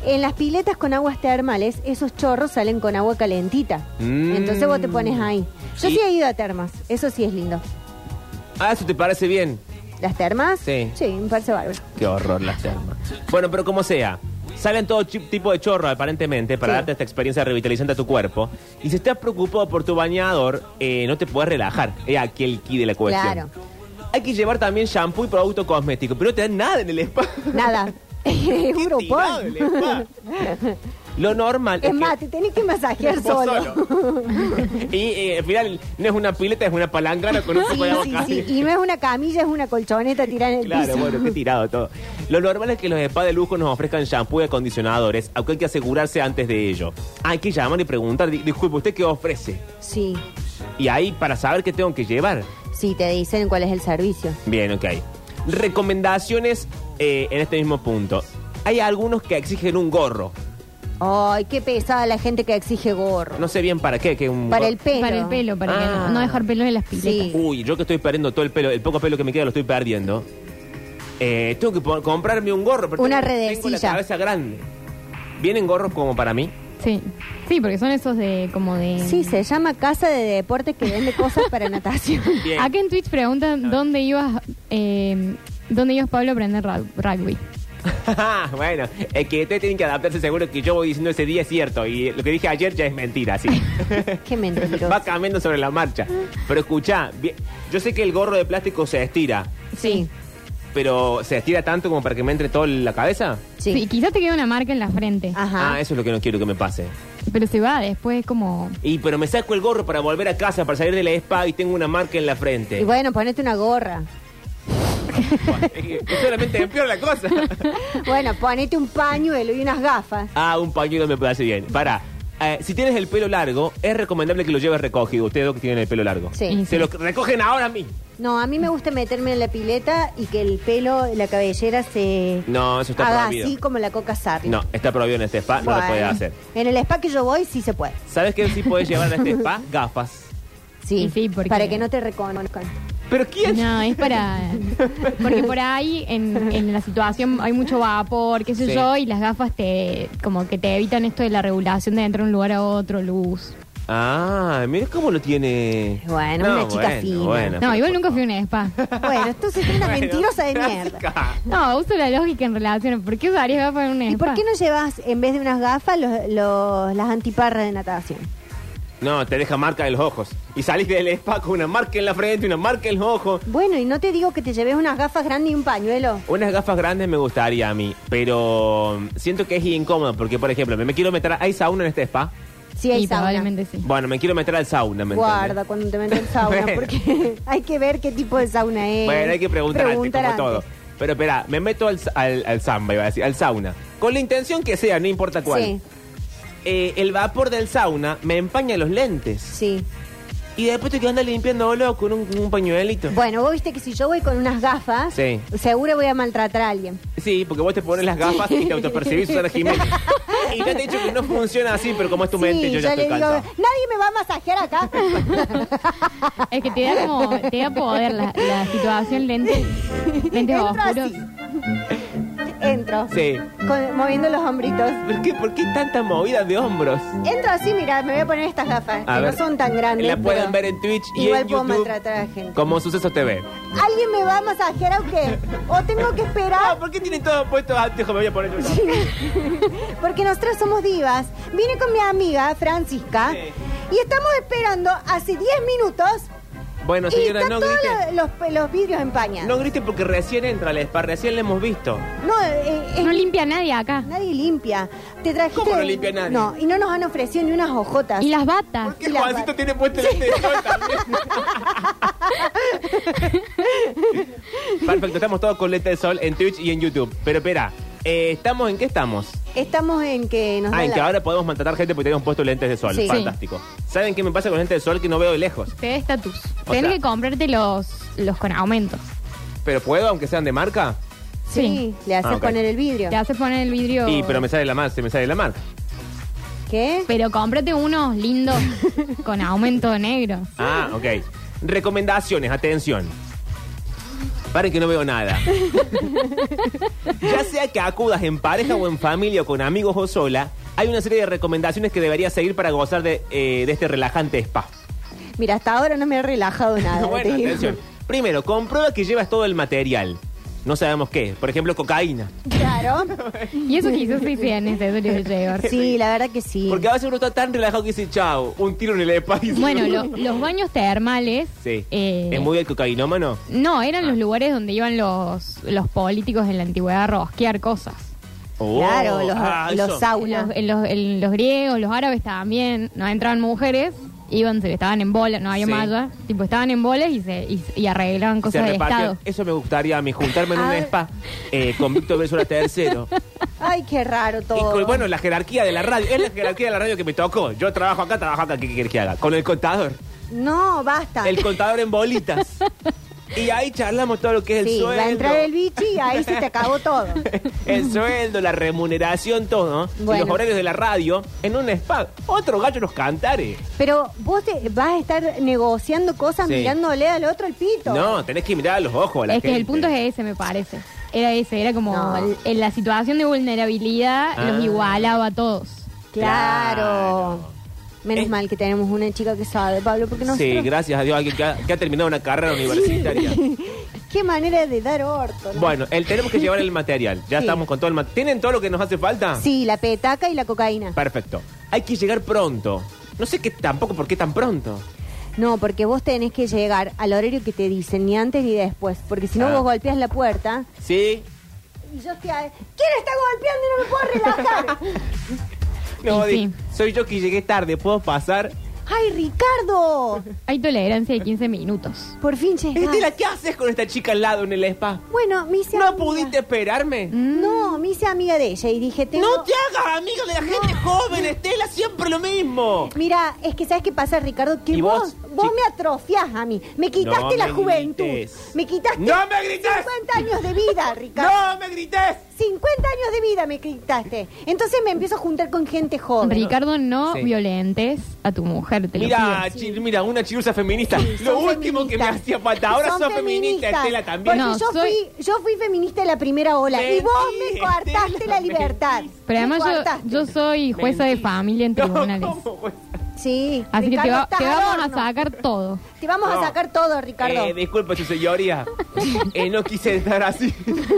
Speaker 3: En las piletas con aguas termales, esos chorros salen con agua calentita.
Speaker 1: Mm.
Speaker 3: Entonces vos te pones ahí. Yo
Speaker 1: Y-
Speaker 3: sí he ido a termas, eso sí es lindo.
Speaker 1: Ah, eso te parece bien.
Speaker 3: ¿Las termas?
Speaker 1: Sí.
Speaker 3: me parece bárbaro.
Speaker 1: Qué horror las termas. Bueno, pero como sea, salen todo chi- tipo de chorro aparentemente para
Speaker 3: Sí.
Speaker 1: darte esta experiencia revitalizante a tu cuerpo. Y si estás preocupado por tu bañador, eh, no te puedes relajar. Es aquí el key de la cuestión.
Speaker 3: Claro.
Speaker 1: Hay que llevar también shampoo y producto cosmético, pero no te dan nada en el spa.
Speaker 3: Nada.
Speaker 1: Qué
Speaker 3: Es un
Speaker 1: tirado el
Speaker 3: grupón.
Speaker 1: spa. Lo normal es,
Speaker 3: Es
Speaker 1: que-
Speaker 3: más, te tenés que masajear
Speaker 1: Vos
Speaker 3: solo.
Speaker 1: y eh, al final no es una pileta, es una palangana con un
Speaker 3: Sí,
Speaker 1: poco de agua
Speaker 3: sí, sí.
Speaker 1: caliente.
Speaker 3: Y no es una camilla, es una colchoneta tirada en el
Speaker 1: Claro,
Speaker 3: piso.
Speaker 1: bueno, qué tirado todo. Lo normal es que los spas de lujo nos ofrezcan shampoo y acondicionadores, aunque hay que asegurarse antes de ello. Hay que llamar y preguntar, di- disculpe, ¿usted qué ofrece?
Speaker 3: Sí,
Speaker 1: Y ahí para saber qué tengo que llevar.
Speaker 3: sí, te dicen cuál es el servicio.
Speaker 1: Bien, ok. Recomendaciones eh, en este mismo punto. Hay algunos que exigen un gorro.
Speaker 3: Ay, qué pesada la gente que exige gorro.
Speaker 1: No sé bien para qué, que un...
Speaker 3: Para el pelo.
Speaker 2: Para el pelo, para que
Speaker 1: Ah.
Speaker 2: no, no dejar pelo en las piletas.
Speaker 3: Sí.
Speaker 1: Uy, yo que estoy perdiendo todo el pelo, el poco pelo que me queda lo estoy perdiendo. Eh, tengo que po- comprarme un gorro. pero
Speaker 3: Una
Speaker 1: tengo- Tengo la
Speaker 3: redecilla.
Speaker 1: cabeza grande. ¿Vienen gorros como para mí?
Speaker 2: Sí. Sí, porque son esos de como de...
Speaker 3: Sí, se llama Casa de Deportes que vende cosas para natación.
Speaker 1: Bien.
Speaker 2: Acá en Twitch preguntan dónde ibas, eh, dónde ibas Pablo a aprender ra- rugby.
Speaker 1: bueno, es que ustedes tienen que adaptarse seguro que yo voy diciendo ese día es cierto y lo que dije ayer ya es mentira, sí.
Speaker 3: Qué mentiroso.
Speaker 1: Va cambiando sobre la marcha. Pero escuchá, bien, yo sé que el gorro de plástico se estira,
Speaker 3: Sí,
Speaker 1: pero ¿se estira tanto como para que me entre toda la cabeza?
Speaker 3: sí.
Speaker 2: Sí, quizás te queda una marca en la frente,
Speaker 3: Ajá.
Speaker 1: Ah, eso es lo que no quiero que me pase.
Speaker 2: pero se va después como...
Speaker 1: Y pero me saco el gorro para volver a casa, para salir de la spa y tengo una marca en la frente.
Speaker 3: Y bueno, ponete una gorra.
Speaker 1: Es que solamente empeora la cosa.
Speaker 3: Bueno, ponete un pañuelo y unas gafas.
Speaker 1: ah, un pañuelo me parece bien. Para. si tienes el pelo largo, es recomendable que lo lleves recogido. Ustedes dos que tienen el pelo largo.
Speaker 3: Sí.
Speaker 1: Se lo recogen ahora a mí.
Speaker 3: No, a mí me gusta meterme en la pileta y que el pelo, la cabellera se
Speaker 1: No, eso está
Speaker 3: haga
Speaker 1: prohibido.
Speaker 3: así como la coca Sarri.
Speaker 1: No, está prohibido en este spa, no lo
Speaker 3: Bueno,
Speaker 1: puedes hacer.
Speaker 3: En el spa que yo voy sí se puede.
Speaker 1: ¿Sabes qué sí puedes llevar a este spa? Gafas.
Speaker 3: Sí,
Speaker 2: Y sí, porque-
Speaker 3: para que no te reconozcan.
Speaker 1: ¿Pero quién?
Speaker 2: No, es para... Porque por ahí en, en la situación hay mucho vapor, qué sé
Speaker 1: Sí.
Speaker 2: yo, y las gafas te como que te evitan esto de la regulación de entrar de un lugar a otro, luz.
Speaker 1: Ah, mira cómo lo tiene.
Speaker 3: Bueno, una chica fina.
Speaker 2: No,
Speaker 1: pero por
Speaker 2: igual nunca fui
Speaker 1: favor.
Speaker 2: a una spa.
Speaker 3: Bueno, entonces es una
Speaker 1: Bueno,
Speaker 3: mentirosa de mierda.
Speaker 1: clásica.
Speaker 2: No, uso la lógica en relación. ¿Por qué usarías gafas en una
Speaker 3: ¿Y
Speaker 2: spa?
Speaker 3: por qué no llevas en vez de unas gafas los, los- las antiparras de natación?
Speaker 1: No, te deja marca en los ojos. Y salís del spa con una marca en la frente, una marca en los ojos.
Speaker 3: Bueno, y no te digo que te lleves unas gafas grandes y un pañuelo.
Speaker 1: Unas gafas grandes me gustaría a mí, pero mm, siento que es incómodo porque, por ejemplo, me me quiero meter... a- ¿Hay sauna en este spa?
Speaker 3: Sí, hay
Speaker 2: Y
Speaker 3: sauna.
Speaker 2: probablemente sí.
Speaker 1: Bueno, me quiero meter al sauna, ¿me entiendes?
Speaker 3: Guarda cuando te metes en sauna,
Speaker 1: Bueno.
Speaker 3: porque hay que ver qué tipo de sauna es.
Speaker 1: Bueno, hay que preguntar, antes,
Speaker 3: Preguntar
Speaker 1: como todo.
Speaker 3: antes.
Speaker 1: Pero espera, me meto al, al, al samba, iba a decir, al sauna. Con la intención que sea, no importa cuál.
Speaker 3: Sí,
Speaker 1: Eh, el vapor del sauna me empaña los lentes.
Speaker 3: sí.
Speaker 1: Y después te que andar limpiando boludo, con un, un pañuelito.
Speaker 3: Bueno, vos viste que si yo voy con unas gafas,
Speaker 1: Sí.
Speaker 3: seguro voy a maltratar a alguien.
Speaker 1: Sí, porque vos te pones las gafas y te autopercibís Susana Jiménez. y ya te he dicho que no funciona así, pero como es tu
Speaker 3: Sí,
Speaker 1: mente, yo ya
Speaker 3: le
Speaker 1: estoy
Speaker 3: digo,
Speaker 1: cansado.
Speaker 3: nadie me va a masajear acá.
Speaker 2: Es que te da como, te da poder la, la situación lente, lentes
Speaker 3: Entro
Speaker 2: oscuros.
Speaker 3: así. Entro.
Speaker 1: Sí.
Speaker 3: Con- moviendo los hombritos.
Speaker 1: ¿Por qué, ¿Por qué tanta movida de hombros?
Speaker 3: Entro así, mira, me voy a poner estas gafas,
Speaker 1: A
Speaker 3: que
Speaker 1: ver,
Speaker 3: no son tan grandes.
Speaker 1: La pueden
Speaker 3: pero
Speaker 1: ver en Twitch y
Speaker 3: Igual
Speaker 1: en
Speaker 3: puedo
Speaker 1: YouTube.
Speaker 3: maltratar a la gente.
Speaker 1: Como Sucesos TV.
Speaker 3: ¿Alguien me va a masajear o qué? ¿O tengo que
Speaker 1: Ah,
Speaker 3: esperar?
Speaker 1: ¿por qué tienen todo puesto? Ah, hijo, me voy a poner yo.
Speaker 3: Porque nosotras somos divas. Vine con mi amiga Francisca
Speaker 1: Sí.
Speaker 3: y estamos esperando hace 10 minutos
Speaker 1: Bueno,
Speaker 3: y
Speaker 1: señora, no
Speaker 3: están todos
Speaker 1: griten.
Speaker 3: los, los- los vidrios empañados.
Speaker 1: No griten porque recién entra la spa, recién la hemos visto.
Speaker 3: No, eh, es-
Speaker 2: No limpia nadie acá.
Speaker 3: nadie limpia. Te trajiste...
Speaker 1: ¿Cómo no limpia nadie?
Speaker 3: No, y no nos han ofrecido ni unas ojotas.
Speaker 2: Y las batas.
Speaker 1: ¿Qué
Speaker 3: Y la-
Speaker 1: Juancito tiene puesto el lente de sol también? Perfecto, estamos todos con lente de sol en Twitch y en YouTube. Pero espera, eh, ¿estamos en qué estamos?
Speaker 3: Estamos en que nos
Speaker 1: Ah,
Speaker 3: da
Speaker 1: en
Speaker 3: la-
Speaker 1: que ahora podemos maltratar gente porque tenemos puesto lentes de sol.
Speaker 3: Sí.
Speaker 1: Fantástico. ¿Saben qué me pasa con lentes de sol? Que no veo de lejos.
Speaker 2: Te da estatus.
Speaker 1: O
Speaker 2: Tienes
Speaker 1: sea-
Speaker 2: que comprarte los, los con aumentos.
Speaker 1: ¿Pero puedo, aunque sean de marca?
Speaker 3: Sí,
Speaker 2: Sí.
Speaker 3: le haces
Speaker 1: Ah, ok.
Speaker 3: poner el vidrio.
Speaker 2: Te hace poner el vidrio.
Speaker 1: Sí, pero me sale la marca, se me sale la marca.
Speaker 3: ¿Qué?
Speaker 2: Pero cómprate unos lindos con aumento negro.
Speaker 1: Ah, ok. Recomendaciones, atención. Paren que no veo nada. ya sea que acudas en pareja o en familia o con amigos o sola, hay una serie de recomendaciones que deberías seguir para gozar de, eh, de este relajante spa.
Speaker 3: Mira, hasta ahora no me he relajado nada.
Speaker 1: bueno,
Speaker 3: te digo.
Speaker 1: atención. Primero, comprueba que llevas todo el material. No sabemos qué. Por ejemplo, cocaína.
Speaker 3: Claro.
Speaker 2: Y eso quizás sí sea necesario de llevar.
Speaker 3: Sí, la verdad que sí.
Speaker 1: Porque a veces uno está tan relajado que dice, chao, un tiro en el spa. y se-
Speaker 2: Bueno, lo- los baños termales.
Speaker 1: Sí.
Speaker 2: eh,
Speaker 1: ¿Es muy Ah. el cocainómano?
Speaker 2: No, eran los lugares donde iban los, los políticos en la antigüedad a rosquear cosas.
Speaker 1: Oh,
Speaker 3: Claro, los,
Speaker 1: ah,
Speaker 3: los
Speaker 1: eso.
Speaker 3: saunas.
Speaker 2: Los, en los, en los griegos, los árabes también, no entraban mujeres, iban, se estaban en bolas, no había
Speaker 1: Sí.
Speaker 2: malla, tipo estaban en bolas y, se, y, y arreglaban
Speaker 1: Se
Speaker 2: cosas de
Speaker 1: repartió.
Speaker 2: estado. Ah.
Speaker 1: Eso me gustaría a mí, juntarme en
Speaker 3: A
Speaker 1: un
Speaker 3: ver.
Speaker 1: spa eh, con Víctor Versola tercero.
Speaker 3: Ay, qué raro
Speaker 1: Y
Speaker 3: todo.
Speaker 1: con- bueno, la jerarquía de la radio. Es la jerarquía de la radio que me tocó. Yo trabajo
Speaker 2: Ah.
Speaker 1: acá, trabajo acá. ¿Qué quieres que haga? Con el contador.
Speaker 3: No, basta.
Speaker 1: El contador en bolitas. Y ahí charlamos todo lo que es el
Speaker 3: Sí,
Speaker 1: sueldo.
Speaker 3: va a entrar el bichi y ahí se te acabó todo.
Speaker 1: el sueldo, la remuneración, todo. Y
Speaker 3: Bueno.
Speaker 1: los horarios de la radio en un spa. Otro gallo en los cantares.
Speaker 3: Pero vos te- vas a estar negociando cosas
Speaker 1: Sí.
Speaker 3: mirándole al otro el pito.
Speaker 1: No, tenés que mirar a los ojos a la
Speaker 2: es que el
Speaker 1: gente.
Speaker 2: punto es ese, me parece. Era ese, era como
Speaker 3: No.
Speaker 2: el- en la situación de vulnerabilidad
Speaker 1: Ah.
Speaker 2: los igualaba a todos.
Speaker 3: Claro.
Speaker 1: Claro.
Speaker 3: Menos
Speaker 1: Eh.
Speaker 3: mal que tenemos una chica que sabe, Pablo, porque no
Speaker 1: Sí, gracias a Dios, alguien que ha, que ha terminado una carrera universitaria.
Speaker 3: Qué manera de dar orto. ¿no?
Speaker 1: Bueno, el, tenemos que llevar el material. Ya
Speaker 3: Sí.
Speaker 1: estamos con todo el material. ¿Tienen todo lo que nos hace falta?
Speaker 3: Sí, la petaca y la cocaína.
Speaker 1: Perfecto. Hay que llegar pronto. No sé qué tampoco por qué tan pronto.
Speaker 3: No, porque vos tenés que llegar al horario que te dicen, ni antes ni después. Porque si no,
Speaker 1: Ah.
Speaker 3: vos golpeas la puerta
Speaker 1: ¿Sí?
Speaker 3: y yo estoy. a- ¿Quién está golpeando y no me puedo relajar?
Speaker 1: No,
Speaker 2: Y sí.
Speaker 1: di- soy yo que llegué tarde, ¿puedo pasar?
Speaker 3: ¡Ay, Ricardo!
Speaker 2: Hay tolerancia de 15 minutos.
Speaker 3: Por fin llegás.
Speaker 1: Estela, ¿qué haces con esta chica al lado en el spa?
Speaker 3: Bueno, me hice
Speaker 1: ¿No
Speaker 3: amiga.
Speaker 1: pudiste esperarme?
Speaker 2: Mm.
Speaker 3: No, me hice amiga de ella y dije, tengo...
Speaker 1: No te hagas amiga de la gente joven, Estela, siempre lo mismo.
Speaker 3: Mira, es que ¿sabes qué pasa, Ricardo? Que
Speaker 1: ¿Y
Speaker 3: vos,
Speaker 1: vos,
Speaker 3: vos
Speaker 1: chi-
Speaker 3: me atrofiás a mí. Me quitaste
Speaker 1: No
Speaker 3: la
Speaker 1: me
Speaker 3: juventud.
Speaker 1: grites.
Speaker 3: Me quitaste
Speaker 1: ¡No me grites!
Speaker 3: 50 años de vida, Ricardo.
Speaker 1: ¡No me grites!
Speaker 3: 50 años de vida me quitaste. Entonces me empiezo a juntar con gente joven.
Speaker 2: Ricardo, no
Speaker 1: Sí.
Speaker 2: violentes a tu mujer, te lo
Speaker 1: Mira,
Speaker 2: pido.
Speaker 1: chi- mira, una chirusa feminista.
Speaker 3: Son
Speaker 1: lo último que me
Speaker 3: feministas.
Speaker 1: hacía falta. Ahora
Speaker 3: Son
Speaker 1: sos feminista,
Speaker 3: feministas.
Speaker 1: Estela también.
Speaker 3: Porque
Speaker 2: No,
Speaker 3: yo,
Speaker 2: soy-
Speaker 3: fui, yo fui feminista de la primera ola. y
Speaker 1: Mentí,
Speaker 3: vos me
Speaker 1: Estela,
Speaker 3: coartaste la
Speaker 1: mentí.
Speaker 3: libertad.
Speaker 2: Pero
Speaker 3: Me
Speaker 2: además yo-
Speaker 3: coartaste.
Speaker 2: yo, soy jueza de
Speaker 1: Mentí.
Speaker 2: familia en
Speaker 1: No,
Speaker 2: tribunales.
Speaker 1: ¿cómo jueza?
Speaker 3: Sí.
Speaker 2: Así que te,
Speaker 3: Ricardo,
Speaker 2: va-
Speaker 3: estás
Speaker 2: te
Speaker 3: al
Speaker 2: vamos a
Speaker 3: horno.
Speaker 2: sacar todo.
Speaker 3: Te vamos
Speaker 1: No.
Speaker 3: a sacar todo, Ricardo.
Speaker 1: Eh, disculpa, su señoría. Eh, no quise estar así.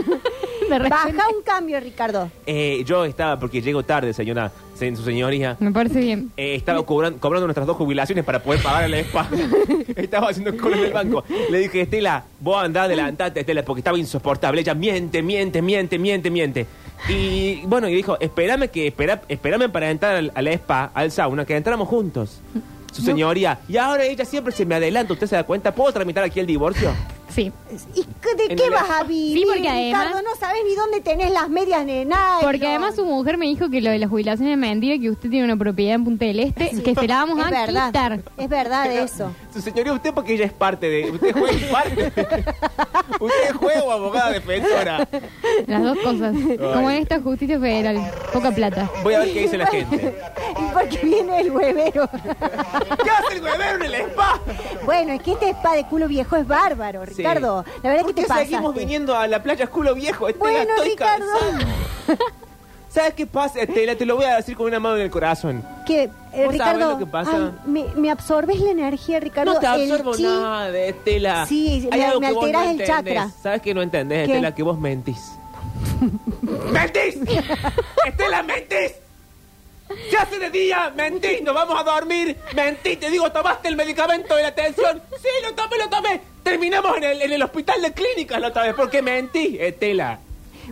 Speaker 2: De repente-
Speaker 3: Baja un cambio, Ricardo.
Speaker 1: Eh, yo estaba, porque llego tarde, señora, se- su señoría.
Speaker 2: Me parece bien.
Speaker 1: Eh, estaba cobran- cobrando nuestras dos jubilaciones para poder pagar a la spa. estaba haciendo cola en el banco. Le dije, Estela, vos andá adelantate, Estela, porque estaba insoportable. Ella miente, miente, miente, miente, miente. Y bueno, y dijo, espérame que espera, espérame para entrar al, al spa, al sauna, que entramos juntos. Su señoría. Y ahora ella siempre se me adelanta, ¿usted se da cuenta? ¿Puedo tramitar aquí el divorcio?
Speaker 2: Sí.
Speaker 3: ¿Y qué- de
Speaker 1: En
Speaker 3: qué
Speaker 1: el-
Speaker 3: vas a vivir,
Speaker 2: Sí, porque
Speaker 3: Ricardo?
Speaker 2: además-
Speaker 3: No sabes ni dónde tenés las medias de nada.
Speaker 2: Porque además su mujer me dijo que lo de las jubilaciones es mentira, que usted tiene una propiedad en Punta del Este, que se la vamos
Speaker 3: es
Speaker 2: a
Speaker 3: verdad,
Speaker 2: quitar.
Speaker 3: Es verdad Ah, eso.
Speaker 1: Su señoría, usted porque ella es parte de... Usted juega parte. usted juega o abogada defensora.
Speaker 2: Las dos cosas. Como en esta justicia federal. Poca plata.
Speaker 1: Voy a ver qué dice la gente.
Speaker 3: Y porque viene el huevero.
Speaker 1: ¿Qué hace el huevero en el spa?
Speaker 3: bueno, es que este spa de culo viejo es bárbaro,
Speaker 1: Sí.
Speaker 3: Ricardo. La verdad
Speaker 1: ¿Por
Speaker 3: es que
Speaker 1: qué
Speaker 3: te pasa.
Speaker 1: seguimos viniendo a la playa culo viejo? Estela,
Speaker 3: Bueno,
Speaker 1: estoy
Speaker 3: Ricardo.
Speaker 1: cansado. ¿Sabes qué pasa, Estela? Te lo voy a decir con una mano en el corazón.
Speaker 3: Que, eh,
Speaker 1: sabés
Speaker 3: Ricardo,
Speaker 1: lo que pasa?
Speaker 3: ay, me, me absorbes la energía, Ricardo.
Speaker 1: no te
Speaker 3: El
Speaker 1: absorbo
Speaker 3: chi-
Speaker 1: nada, Estela.
Speaker 3: Sí,
Speaker 1: Hay
Speaker 3: me-
Speaker 1: algo
Speaker 3: me
Speaker 1: que vos
Speaker 3: alterás
Speaker 1: no
Speaker 3: el
Speaker 1: entendés.
Speaker 3: chakra.
Speaker 1: ¿Sabes qué no entendés,
Speaker 3: ¿Qué?
Speaker 1: Estela? Que vos mentís. ¡Mentís! ¡Estela, mentís! ¡Ya hace de día! ¡Mentís! ¡Nos vamos a dormir! ¡Mentís! Te digo, tomaste el medicamento de la tensión. ¡Sí, lo tomé, lo tomé! Terminamos en el, en el hospital de clínicas la otra vez. porque mentís, Estela?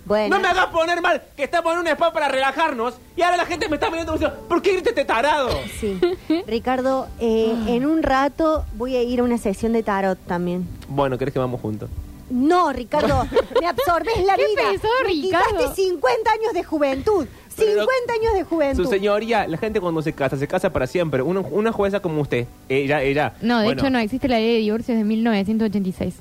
Speaker 3: Bueno,
Speaker 1: No me hagas poner mal, que estamos en un spa para relajarnos y ahora la gente me está mirando diciendo, ¿por qué irte tarado?
Speaker 3: sí. Ricardo, eh,
Speaker 1: Ah.
Speaker 3: en un rato voy a ir a una sesión de tarot también.
Speaker 1: Bueno, ¿crees que vamos juntos?
Speaker 3: No, Ricardo, me absorbes la
Speaker 2: ¿Qué
Speaker 3: vida.
Speaker 2: pensó,
Speaker 3: me
Speaker 2: Ricardo?
Speaker 3: quitaste 50 años de juventud. 50 años de
Speaker 1: Su
Speaker 3: juventud.
Speaker 1: señoría, la gente cuando se casa, se casa para siempre. Uno- una jueza como usted, ella, ella.
Speaker 2: No, de
Speaker 1: Bueno,
Speaker 2: hecho no existe la ley de divorcios de 1986.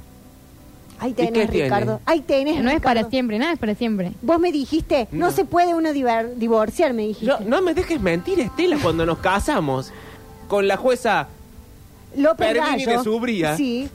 Speaker 3: Ahí
Speaker 1: qué
Speaker 3: tenés,
Speaker 1: tiene?
Speaker 3: Ricardo. Ahí tenés.
Speaker 2: No es
Speaker 3: Ricardo.
Speaker 2: para siempre, nada es para siempre.
Speaker 3: Vos me dijiste, no,
Speaker 1: No.
Speaker 3: se puede uno diver- divorciar, me dijiste.
Speaker 1: yo- no me dejes mentir, Estela, cuando nos casamos con la jueza.
Speaker 3: López
Speaker 1: Pervini
Speaker 3: Gallo.
Speaker 1: de Subría.
Speaker 3: Sí,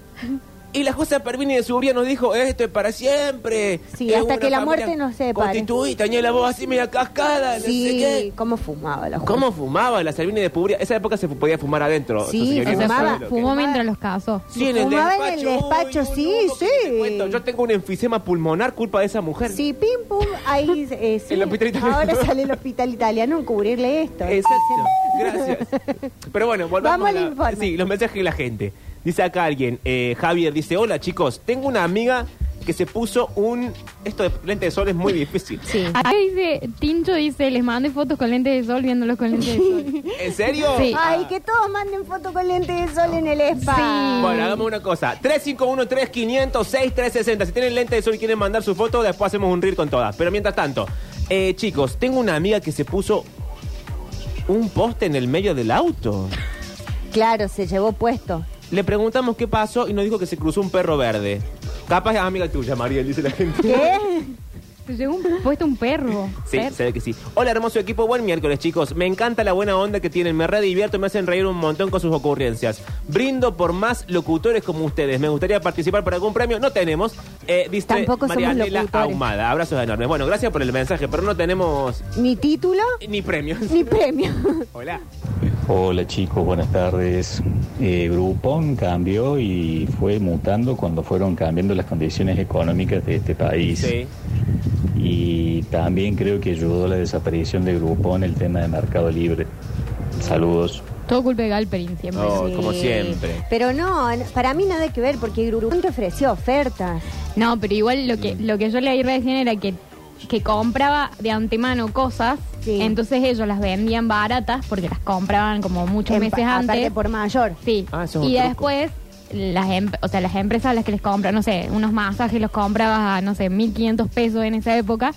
Speaker 1: Y la jueza Pervini de Subría nos dijo, esto es para siempre.
Speaker 3: Sí,
Speaker 1: es
Speaker 3: hasta
Speaker 1: una
Speaker 3: que la
Speaker 1: familia
Speaker 3: muerte nos separe.
Speaker 1: Constituida, tenía la voz así media cascada, no sé qué.
Speaker 3: sí. ¿Cómo fumaba la jueza?
Speaker 1: ¿Cómo fumaba la Salvini de Pubria? Esa época se fu- podía fumar adentro.
Speaker 3: Sí,
Speaker 1: su
Speaker 2: O
Speaker 1: señoría.
Speaker 2: sea,
Speaker 1: No
Speaker 3: fumaba,
Speaker 1: sé lo que-
Speaker 2: fumó
Speaker 3: que-
Speaker 2: mientras los casó.
Speaker 1: Sí, en el
Speaker 3: Fumaba
Speaker 1: despacho.
Speaker 3: en el despacho,
Speaker 1: Uy,
Speaker 3: sí,
Speaker 1: boludo, ¿qué te
Speaker 3: sí.
Speaker 1: cuento? Yo tengo un enfisema pulmonar culpa de esa mujer.
Speaker 3: Sí, pim, pum, ahí eh, sí.
Speaker 1: El hospital italiano.
Speaker 3: Ahora sale el hospital italiano a cubrirle esto.
Speaker 1: Exacto. Gracias. Pero bueno, volvamos
Speaker 3: Vamos al
Speaker 1: a la-
Speaker 3: informe.
Speaker 1: Sí, los mensajes de la gente. Dice acá alguien, eh, Javier, dice, hola chicos, tengo una amiga que se puso un... Esto de lente de sol es muy difícil.
Speaker 3: Sí.
Speaker 2: Acá dice, Tincho dice, les mandé fotos con lentes de sol viéndolos con lentes de sol.
Speaker 1: ¿En serio?
Speaker 2: Sí.
Speaker 1: Ah.
Speaker 3: Ay, que todos manden foto con lente de sol en el spa.
Speaker 2: Sí.
Speaker 1: Bueno, hagamos una cosa. 351-3500-6360. Si tienen lente de sol y quieren mandar su foto, después hacemos un reel con todas. Pero mientras tanto, eh, chicos, tengo una amiga que se puso un poste en el medio del auto.
Speaker 3: Claro, se llevó puesto.
Speaker 1: Le preguntamos qué pasó y nos dijo que se cruzó un perro verde. Capaz es amiga tuya, Mariel, dice la gente.
Speaker 2: Te Pues llegó un, puesto un perro.
Speaker 1: Sí,
Speaker 2: Per-
Speaker 1: se ve que sí. Hola, hermoso equipo. Buen miércoles, chicos. Me encanta la buena onda que tienen. Me re divierto, me hacen reír un montón con sus ocurrencias. Brindo por más locutores como ustedes. Me gustaría participar para algún premio. No tenemos. Eh, dice
Speaker 3: Tampoco somos
Speaker 1: Marianela
Speaker 3: locutores.
Speaker 1: Ahumada. Abrazos enormes. Bueno, gracias por el mensaje, pero no tenemos
Speaker 3: Ni título,
Speaker 1: ni premios.
Speaker 3: ni premio.
Speaker 1: Hola.
Speaker 4: Hola chicos, buenas tardes. Eh, Groupon cambió y fue mutando cuando fueron cambiando las condiciones económicas de este país.
Speaker 1: Sí.
Speaker 4: Y también creo que ayudó la desaparición de Groupon el tema de Mercado Libre. Saludos.
Speaker 2: Todo culpa de Galperin siempre.
Speaker 1: Oh,
Speaker 3: Sí.
Speaker 1: como siempre.
Speaker 3: Pero no, n- para mí nada que ver porque Groupon te ofreció ofertas.
Speaker 2: No, pero igual lo que,
Speaker 1: Mm.
Speaker 2: lo que yo leí recién era que, que compraba de antemano cosas,
Speaker 3: Sí.
Speaker 2: entonces ellos las vendían baratas porque las compraban como muchos
Speaker 3: En-
Speaker 2: meses
Speaker 3: Em, aparte
Speaker 2: antes.
Speaker 3: por mayor.
Speaker 2: Sí.
Speaker 1: Ah, eso es
Speaker 2: y
Speaker 1: un truco.
Speaker 2: después, las, em- o sea, las empresas a las que les compran, no sé, unos masajes los comprabas a, no sé, 1.500 pesos en esa época.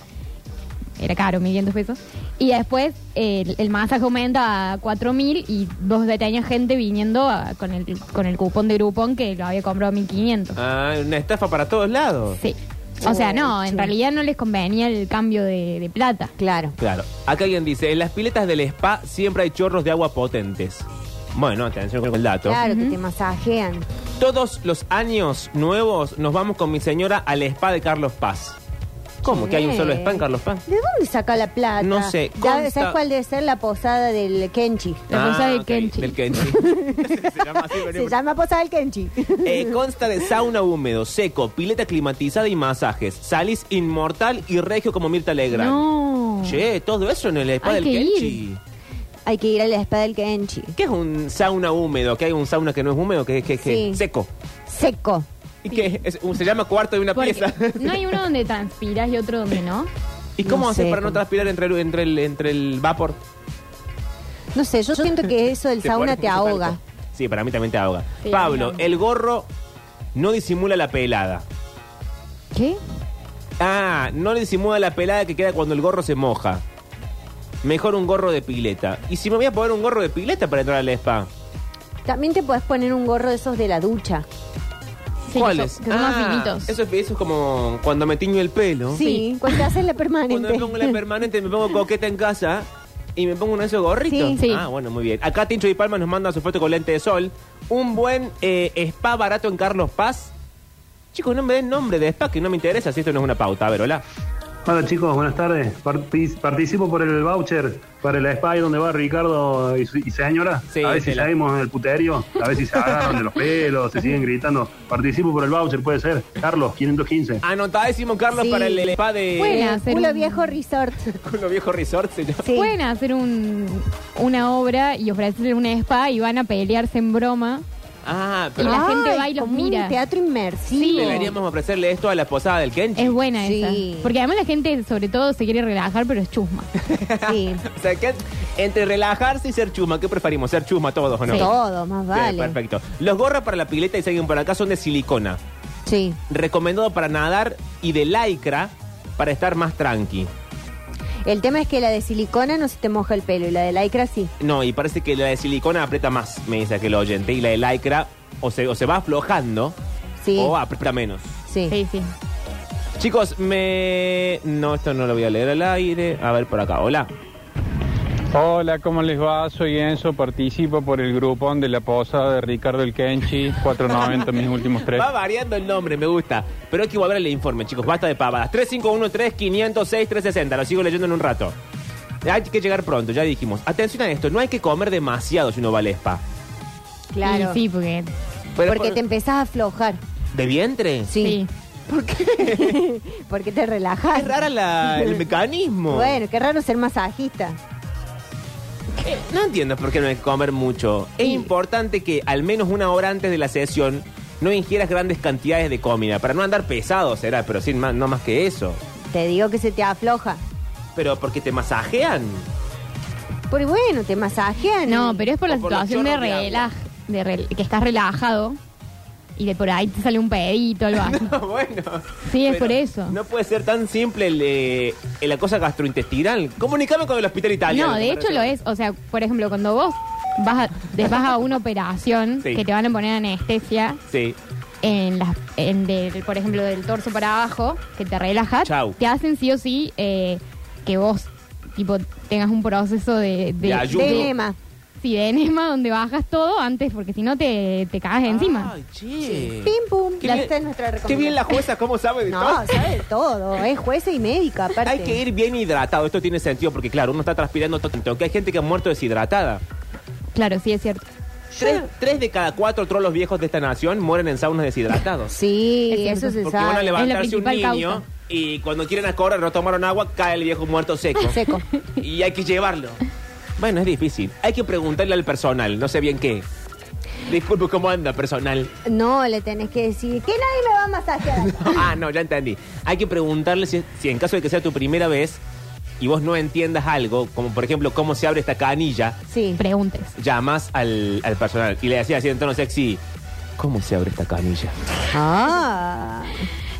Speaker 2: Era caro, 1.500 pesos. Y después eh, el, el masaje aumenta a 4.000 y vos ya tenías gente viniendo a- con, el, con el cupón de Groupon que lo había comprado a 1.500.
Speaker 1: Ah, una estafa para todos lados.
Speaker 2: Sí. O sea, no,
Speaker 3: Oh,
Speaker 2: en
Speaker 3: sí.
Speaker 2: realidad no les convenía el cambio de, de plata.
Speaker 3: Claro.
Speaker 1: Claro. Acá alguien dice, en las piletas del spa siempre hay chorros de agua potentes. Bueno, atención con el dato.
Speaker 3: Claro, que te masajean.
Speaker 1: Todos los años nuevos nos vamos con mi señora al spa de Carlos Paz. ¿Cómo? ¿Que hay un solo spa en Carlos Paz?
Speaker 3: ¿De dónde saca la plata?
Speaker 1: No sé,
Speaker 3: Ya,
Speaker 1: consta-
Speaker 3: ¿Sabes cuál debe ser la posada del Kenchi?
Speaker 2: La cosa del
Speaker 1: Ah, ok,
Speaker 2: Kenchi.
Speaker 1: Del Kenchi. Se llama así, pero-
Speaker 3: Se llama posada del Kenchi.
Speaker 1: Eh, consta de sauna húmedo, seco, pileta climatizada y masajes. Salís inmortal y regio como Mirta Legrand.
Speaker 2: No.
Speaker 1: Che, todo eso en el spa
Speaker 2: Hay
Speaker 1: del
Speaker 2: que
Speaker 1: Kenchi.
Speaker 2: ir.
Speaker 3: Hay que ir a la espada del Kenchi.
Speaker 1: ¿Qué es un sauna húmedo? ¿Que hay un sauna que no es húmedo? Que es que, que-
Speaker 3: Sí.
Speaker 1: seco.
Speaker 3: Seco.
Speaker 1: ¿Y qué? Es un- se llama cuarto de una
Speaker 2: Porque
Speaker 1: pieza.
Speaker 2: no hay uno donde transpiras y otro donde no.
Speaker 1: ¿Y cómo
Speaker 3: No
Speaker 1: haces
Speaker 3: sé,
Speaker 1: para no
Speaker 3: cómo-
Speaker 1: transpirar entre el, entre el, entre el vapor?
Speaker 3: No sé, yo siento que eso del
Speaker 1: Te
Speaker 3: sauna
Speaker 1: pones
Speaker 3: te
Speaker 1: mucho
Speaker 3: ahoga.
Speaker 1: talco. Sí, para mí también te ahoga.
Speaker 2: Sí,
Speaker 1: Pablo,
Speaker 2: a mí también.
Speaker 1: el gorro no disimula la pelada.
Speaker 2: ¿Qué?
Speaker 1: Ah, no disimula la pelada que queda cuando el gorro se moja. Mejor un gorro de pileta. ¿Y si me voy a poner un gorro de pileta para entrar al spa?
Speaker 3: También te puedes poner un gorro de esos de la ducha.
Speaker 2: Sí,
Speaker 1: ¿Cuál
Speaker 2: que
Speaker 1: es? Ah,
Speaker 2: son- que son más finitos.
Speaker 1: Eso, es- eso es como cuando me tiño el pelo.
Speaker 3: Sí, cuando te haces la
Speaker 1: Cuando
Speaker 3: permanente.
Speaker 1: me pongo la permanente, me pongo coqueta en casa y me pongo uno de esos gorritos.
Speaker 2: Sí. Sí.
Speaker 1: Ah, bueno, muy bien. Acá Tincho y Palma nos manda su foto con lente de sol. Un buen eh, spa barato en Carlos Paz. Chicos, no me den nombre de spa que no me interesa si esto no es una pauta. A ver, hola.
Speaker 5: Hola chicos, buenas tardes. Parti- Participo por el voucher para la Spy donde va Ricardo y, su- y señora.
Speaker 1: Sí,
Speaker 5: a ver si
Speaker 1: tela.
Speaker 5: salimos en el puterio, a ver si se agarran de los pelos, se siguen gritando. Participo por el voucher, puede ser. Carlos, 515.
Speaker 1: Anotadísimo Carlos
Speaker 3: Sí.
Speaker 1: para el, el spa de
Speaker 2: Bueno.
Speaker 3: Eh,
Speaker 2: hacer
Speaker 3: Culo
Speaker 2: un-
Speaker 3: viejo resort.
Speaker 1: Culo Viejo Resort. se llama.
Speaker 3: Sí.
Speaker 2: Pueden hacer un, una obra y ofrecerle un spa y van a pelearse en broma.
Speaker 1: Ah,
Speaker 2: Y
Speaker 1: pero
Speaker 2: la gente
Speaker 3: Ay,
Speaker 2: va y los
Speaker 3: como
Speaker 2: mira.
Speaker 3: Un teatro
Speaker 2: Sí.
Speaker 3: inmersivo.
Speaker 1: deberíamos ofrecerle esto a la posada del Kenchi.
Speaker 2: Es buena
Speaker 3: Sí.
Speaker 2: esa. Porque además la gente, sobre todo, se quiere relajar, pero es chusma.
Speaker 3: Sí.
Speaker 1: O sea, que entre relajarse y ser chusma, ¿qué preferimos? ¿Ser chusma todos o no?
Speaker 2: Sí.
Speaker 3: Todo, más
Speaker 1: Sí,
Speaker 3: vale.
Speaker 1: perfecto. Los gorras para la pileta y siguen por acá son de silicona.
Speaker 3: Sí.
Speaker 1: recomendado para nadar y de lycra para estar más tranqui.
Speaker 3: El tema es que la de silicona no se te moja el pelo y la de lycra sí.
Speaker 1: No, y parece que la de silicona aprieta más, me dice aquel oyente, y la de lycra o se, o se va aflojando
Speaker 3: Sí.
Speaker 1: o aprieta menos.
Speaker 3: Sí.
Speaker 2: Sí, sí.
Speaker 1: Chicos, me... No, esto no lo voy a leer al aire. A ver, por acá, hola.
Speaker 6: Hola, ¿cómo les va? Soy Enzo, participo por el grupón de la posada de Ricardo El Kenchi, 490 mis últimos tres.
Speaker 1: Va variando el nombre, me gusta. Pero hay que volver al informe, chicos, basta de pavadas. 351-3506-360, lo sigo leyendo en un rato. Hay que llegar pronto, ya dijimos. Atención a esto, no hay que comer demasiado si uno va al spa.
Speaker 3: Claro.
Speaker 2: Y sí, porque.
Speaker 1: Pero
Speaker 3: porque
Speaker 1: por-
Speaker 3: te empezás a aflojar.
Speaker 1: ¿De vientre?
Speaker 2: Sí.
Speaker 3: Sí. Porque te relajas.
Speaker 1: Es rara la- el mecanismo.
Speaker 3: Bueno, qué raro ser masajista.
Speaker 1: Eh, no entiendo por qué no hay que comer mucho. Es importante que al menos una hora antes de la sesión no ingieras grandes cantidades de comida. Para no andar pesado será, pero sin más, no más que eso.
Speaker 3: Te digo que se te afloja.
Speaker 1: Pero porque te masajean.
Speaker 3: Pero bueno, te masajean.
Speaker 2: No, pero es por
Speaker 1: O
Speaker 2: la
Speaker 1: por los
Speaker 2: situación de
Speaker 1: chorros de agua.
Speaker 2: relaj, de rel- que estás relajado y de por ahí te sale un pedito algo así.
Speaker 1: No, bueno.
Speaker 2: Sí, es
Speaker 1: Pero
Speaker 2: por eso.
Speaker 1: No puede ser tan simple el, eh, la cosa gastrointestinal. Comunicame con el hospital italiano.
Speaker 2: No, de hecho lo es. O sea, por ejemplo, cuando vos vas a, te vas a una operación
Speaker 1: Sí.
Speaker 2: que te van a poner anestesia
Speaker 1: Sí.
Speaker 2: en las en del- por ejemplo del torso para abajo que te relaja
Speaker 1: Chau.
Speaker 2: te hacen sí o sí eh, que vos tipo tengas un proceso de de,
Speaker 1: De ayuno.
Speaker 3: De
Speaker 1: Yugo.
Speaker 3: enema.
Speaker 2: sí, de enema donde bajas todo antes porque si no te, te cagas encima
Speaker 1: Ay, che.
Speaker 3: Pim, pum.
Speaker 1: Qué bien-
Speaker 3: Esta es nuestra recomendación.
Speaker 1: Qué bien la jueza, ¿cómo sabe de todo?
Speaker 3: No, sabe de todo. Es jueza y médica, aparte.
Speaker 1: Hay que ir bien hidratado, esto tiene sentido porque claro, uno está transpirando todo, aunque hay gente que ha muerto deshidratada.
Speaker 2: claro sí es cierto
Speaker 1: Tres, tres de cada cuatro trolos viejos de esta nación mueren en saunas deshidratados.
Speaker 3: Sí,
Speaker 2: Es cierto.
Speaker 3: eso se
Speaker 1: Porque van a
Speaker 3: sabe.
Speaker 1: levantarse un
Speaker 2: principal
Speaker 1: niño
Speaker 2: causa.
Speaker 1: y cuando quieren a correr no tomaron agua, cae el viejo muerto seco.
Speaker 3: Seco.
Speaker 1: Y hay que llevarlo. Bueno, es difícil. Hay que preguntarle al personal, no sé bien qué. Disculpe, ¿cómo anda, personal?
Speaker 3: No, le tenés que decir que nadie me va a masajear.
Speaker 1: Ah, no, ya entendí. Hay que preguntarle si, si en caso de que sea tu primera vez y vos no entiendas algo, como por ejemplo cómo se abre esta canilla,
Speaker 3: Sí.
Speaker 2: preguntes
Speaker 1: llamas al, al personal y le decías así en tono sexy, ¿cómo se abre esta canilla?
Speaker 3: Ah.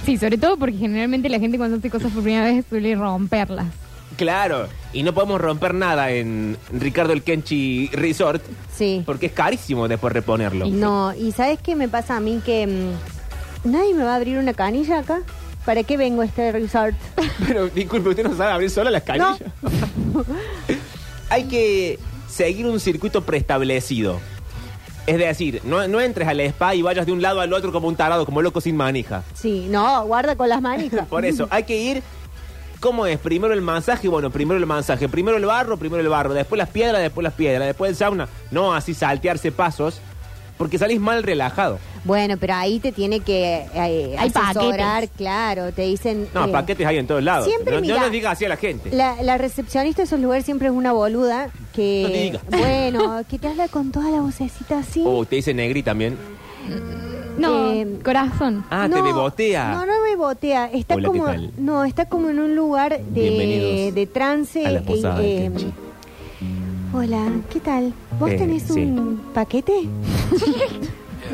Speaker 2: sí sobre todo porque generalmente la gente cuando hace cosas por primera vez suele romperlas
Speaker 1: Claro, y no podemos romper nada en Ricardo el Kenchi Resort
Speaker 3: Sí.
Speaker 1: porque es carísimo después reponerlo.
Speaker 3: No, y ¿sabes qué me pasa a mí? Que mm, nadie me va a abrir una canilla acá. ¿Para qué vengo a este resort?
Speaker 1: Pero disculpe, ¿usted no sabe abrir sola las canillas? Hay que seguir un circuito preestablecido. Es decir, no, no entres al spa y vayas de un lado al otro como un tarado, como loco sin manija.
Speaker 3: Sí, no, guarda con las manijas.
Speaker 1: Por eso, hay que ir. ¿Cómo es? Primero el masaje, bueno, primero el masaje, primero el barro, primero el barro, después las piedras, después las piedras, después el sauna. No así saltearse pasos, porque salís mal relajado.
Speaker 3: Bueno, pero ahí te tiene que eh,
Speaker 2: Hay
Speaker 3: asesorar,
Speaker 2: paquetes.
Speaker 3: claro. Te dicen.
Speaker 1: No,
Speaker 3: eh,
Speaker 1: paquetes hay en todos lados.
Speaker 3: siempre
Speaker 1: no, no
Speaker 3: mirá.
Speaker 1: les digas así a la gente.
Speaker 3: La, la recepcionista de esos lugares siempre es una boluda que.
Speaker 1: No te digas. Oh,
Speaker 3: Bueno, que te habla con toda la vocecita así.
Speaker 1: O Uh, te dice negri también.
Speaker 2: no
Speaker 3: Eh,
Speaker 2: corazón
Speaker 1: Ah, te bebotea.
Speaker 3: No, no me botea. Está
Speaker 1: Hola, ¿qué
Speaker 3: como.
Speaker 1: tal?
Speaker 3: No, está como en un lugar de,
Speaker 1: Bienvenidos
Speaker 3: de trance.
Speaker 1: a la posada del
Speaker 3: eh,
Speaker 1: Kenchi.
Speaker 3: hola, ¿qué tal? ¿Vos
Speaker 1: Eh,
Speaker 3: tenés
Speaker 1: sí.
Speaker 3: un paquete?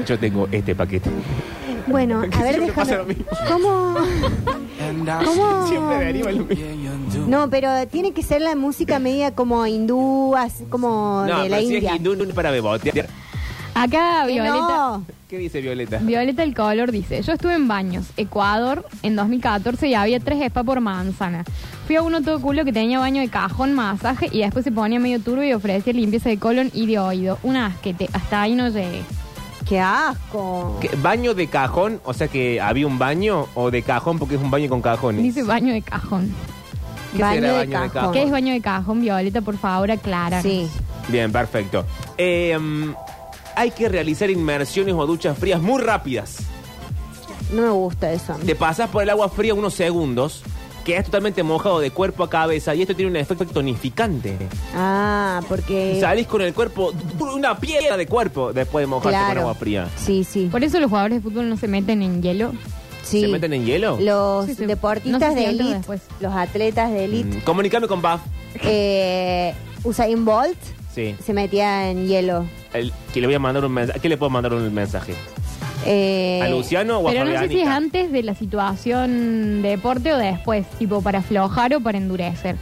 Speaker 1: Yo tengo este paquete.
Speaker 3: Bueno,
Speaker 1: Que
Speaker 3: a ver,
Speaker 1: siempre pasa lo
Speaker 3: déjame.
Speaker 1: mismo.
Speaker 3: ¿Cómo? ¿Cómo?
Speaker 1: Siempre deriva lo mismo.
Speaker 3: No, pero tiene que ser la música media como hindú, así como
Speaker 1: No,
Speaker 3: de la
Speaker 1: pero si
Speaker 3: India.
Speaker 1: es hindú, no es para bebotear.
Speaker 2: acá
Speaker 3: Que
Speaker 2: Violeta
Speaker 3: eh, no.
Speaker 1: ¿Qué dice Violeta?
Speaker 2: Violeta el color dice, yo estuve en Baños, Ecuador, en 2014 y había tres spa por manzana. Fui a uno todo culo que tenía baño de cajón, masaje y después se ponía medio turbo y ofrecía limpieza de colon y de oído. Una asquete, hasta ahí no llegué.
Speaker 3: Qué asco.
Speaker 1: ¿Qué- ¿Baño de cajón? O sea que había un baño o de cajón porque es un baño con cajones.
Speaker 2: Dice baño de cajón.
Speaker 1: ¿Qué será baño de cajón?
Speaker 2: ¿Qué es baño de cajón, Violeta? Por favor, aclara.
Speaker 3: Sí.
Speaker 1: Bien, perfecto. Eh, mm, hay que realizar inmersiones o duchas frías muy rápidas.
Speaker 3: No me gusta eso. a mí.
Speaker 1: Te pasas por el agua fría unos segundos, quedas totalmente mojado de cuerpo a cabeza y esto tiene un efecto tonificante.
Speaker 3: Ah, porque.
Speaker 1: Salís con el cuerpo, una piedra de cuerpo después de mojarte
Speaker 3: Claro.
Speaker 1: con agua fría.
Speaker 3: Sí, sí.
Speaker 2: Por eso los jugadores de fútbol no se meten en hielo.
Speaker 3: sí.
Speaker 1: ¿Se meten en hielo?
Speaker 3: Los
Speaker 2: Sí, sí.
Speaker 3: deportistas
Speaker 2: No sé si
Speaker 3: de
Speaker 2: entro
Speaker 3: elite,
Speaker 2: después.
Speaker 3: los atletas de elite,
Speaker 1: Mm, comunicame con Baf.
Speaker 3: eh, Usain Bolt
Speaker 1: Sí.
Speaker 3: se metía en hielo.
Speaker 1: El- que le voy a mandar un mensaje. ¿Qué le puedo mandar un mensaje?
Speaker 3: Eh,
Speaker 1: ¿A Luciano o a
Speaker 2: Pero no sé si es
Speaker 1: Fabianita?
Speaker 2: antes de la situación de deporte o después, tipo para aflojar o para endurecer.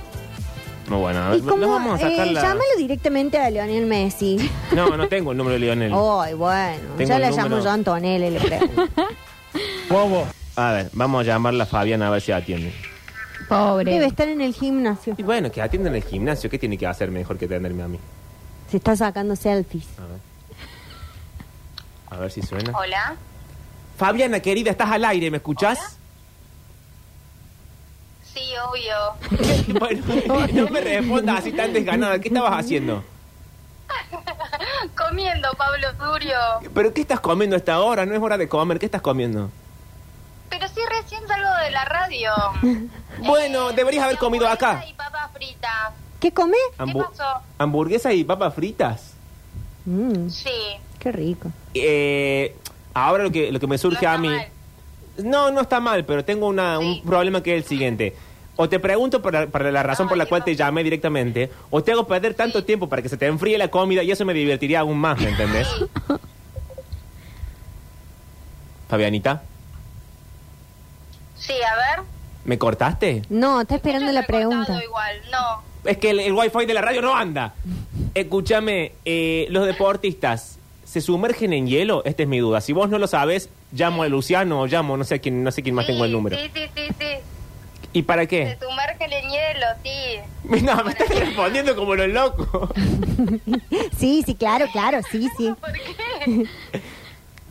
Speaker 1: No, bueno, a
Speaker 3: ¿Y
Speaker 1: ver,
Speaker 3: cómo?
Speaker 1: nos vamos a sacar
Speaker 3: eh,
Speaker 1: la-
Speaker 3: Llámalo directamente a Lionel Messi.
Speaker 1: No, no tengo el número de
Speaker 3: Ay,
Speaker 1: Lionel.
Speaker 3: bueno.
Speaker 1: Tengo
Speaker 3: ya
Speaker 1: el
Speaker 3: la
Speaker 1: número.
Speaker 3: llamo yo a Antonella, le pregunto.
Speaker 1: A ver, vamos a llamarla a Fabiana a ver si atiende.
Speaker 2: Pobre.
Speaker 3: Debe estar en el gimnasio.
Speaker 1: Y bueno, que atienda en el gimnasio. ¿Qué tiene que hacer mejor que atenderme a mí?
Speaker 3: Se está sacando selfies.
Speaker 1: A ver. A ver si suena.
Speaker 7: Hola,
Speaker 1: Fabiana, querida, estás al aire, ¿me escuchás?
Speaker 7: sí, obvio.
Speaker 1: bueno, no me respondas así tan desganada. ¿Qué estabas haciendo?
Speaker 7: Comiendo, Pablo Durio.
Speaker 1: ¿Pero qué estás comiendo a esta hora? No es hora de comer. ¿Qué estás comiendo?
Speaker 7: Pero sí, recién salgo de la radio.
Speaker 1: Bueno,
Speaker 7: Eh,
Speaker 1: deberías haber comido
Speaker 7: hamburguesa
Speaker 1: acá.
Speaker 7: Y papas fritas.
Speaker 3: ¿Qué come?
Speaker 1: Hambu-
Speaker 7: pasó?
Speaker 1: ¿Hamburguesas y papas fritas?
Speaker 3: Mm,
Speaker 7: Sí.
Speaker 3: qué rico.
Speaker 1: Eh, ahora lo que, lo que me surge
Speaker 7: No está
Speaker 1: a mí...
Speaker 7: mal.
Speaker 1: No, no está mal, pero tengo una- un
Speaker 7: Sí.
Speaker 1: problema que es el siguiente. O te pregunto para, para la razón por la
Speaker 7: Ay,
Speaker 1: cual te
Speaker 7: Dios.
Speaker 1: llamé directamente, o te hago perder tanto tiempo para que se te enfríe la comida y eso me divertiría aún más, ¿me entendés? Fabianita,
Speaker 7: Sí, a ver.
Speaker 1: ¿me cortaste?
Speaker 3: No, está esperando
Speaker 7: Yo
Speaker 3: la
Speaker 7: recortado
Speaker 3: pregunta.
Speaker 7: igual, no.
Speaker 1: Es que el, el wifi de la radio no anda. Escúchame, eh, los deportistas se sumergen en hielo, esta es mi duda. Si vos no lo sabes, llamo a Luciano o llamo, no sé quién, no sé quién más
Speaker 7: Sí,
Speaker 1: tengo el número. Eh.
Speaker 7: Sí, sí, sí, sí.
Speaker 1: ¿Y para
Speaker 7: Se
Speaker 1: qué?
Speaker 7: sumerge en el hielo, sí.
Speaker 1: No, me estás respondiendo como los locos.
Speaker 3: Sí, sí, claro, claro, sí, sí.
Speaker 7: ¿Por qué?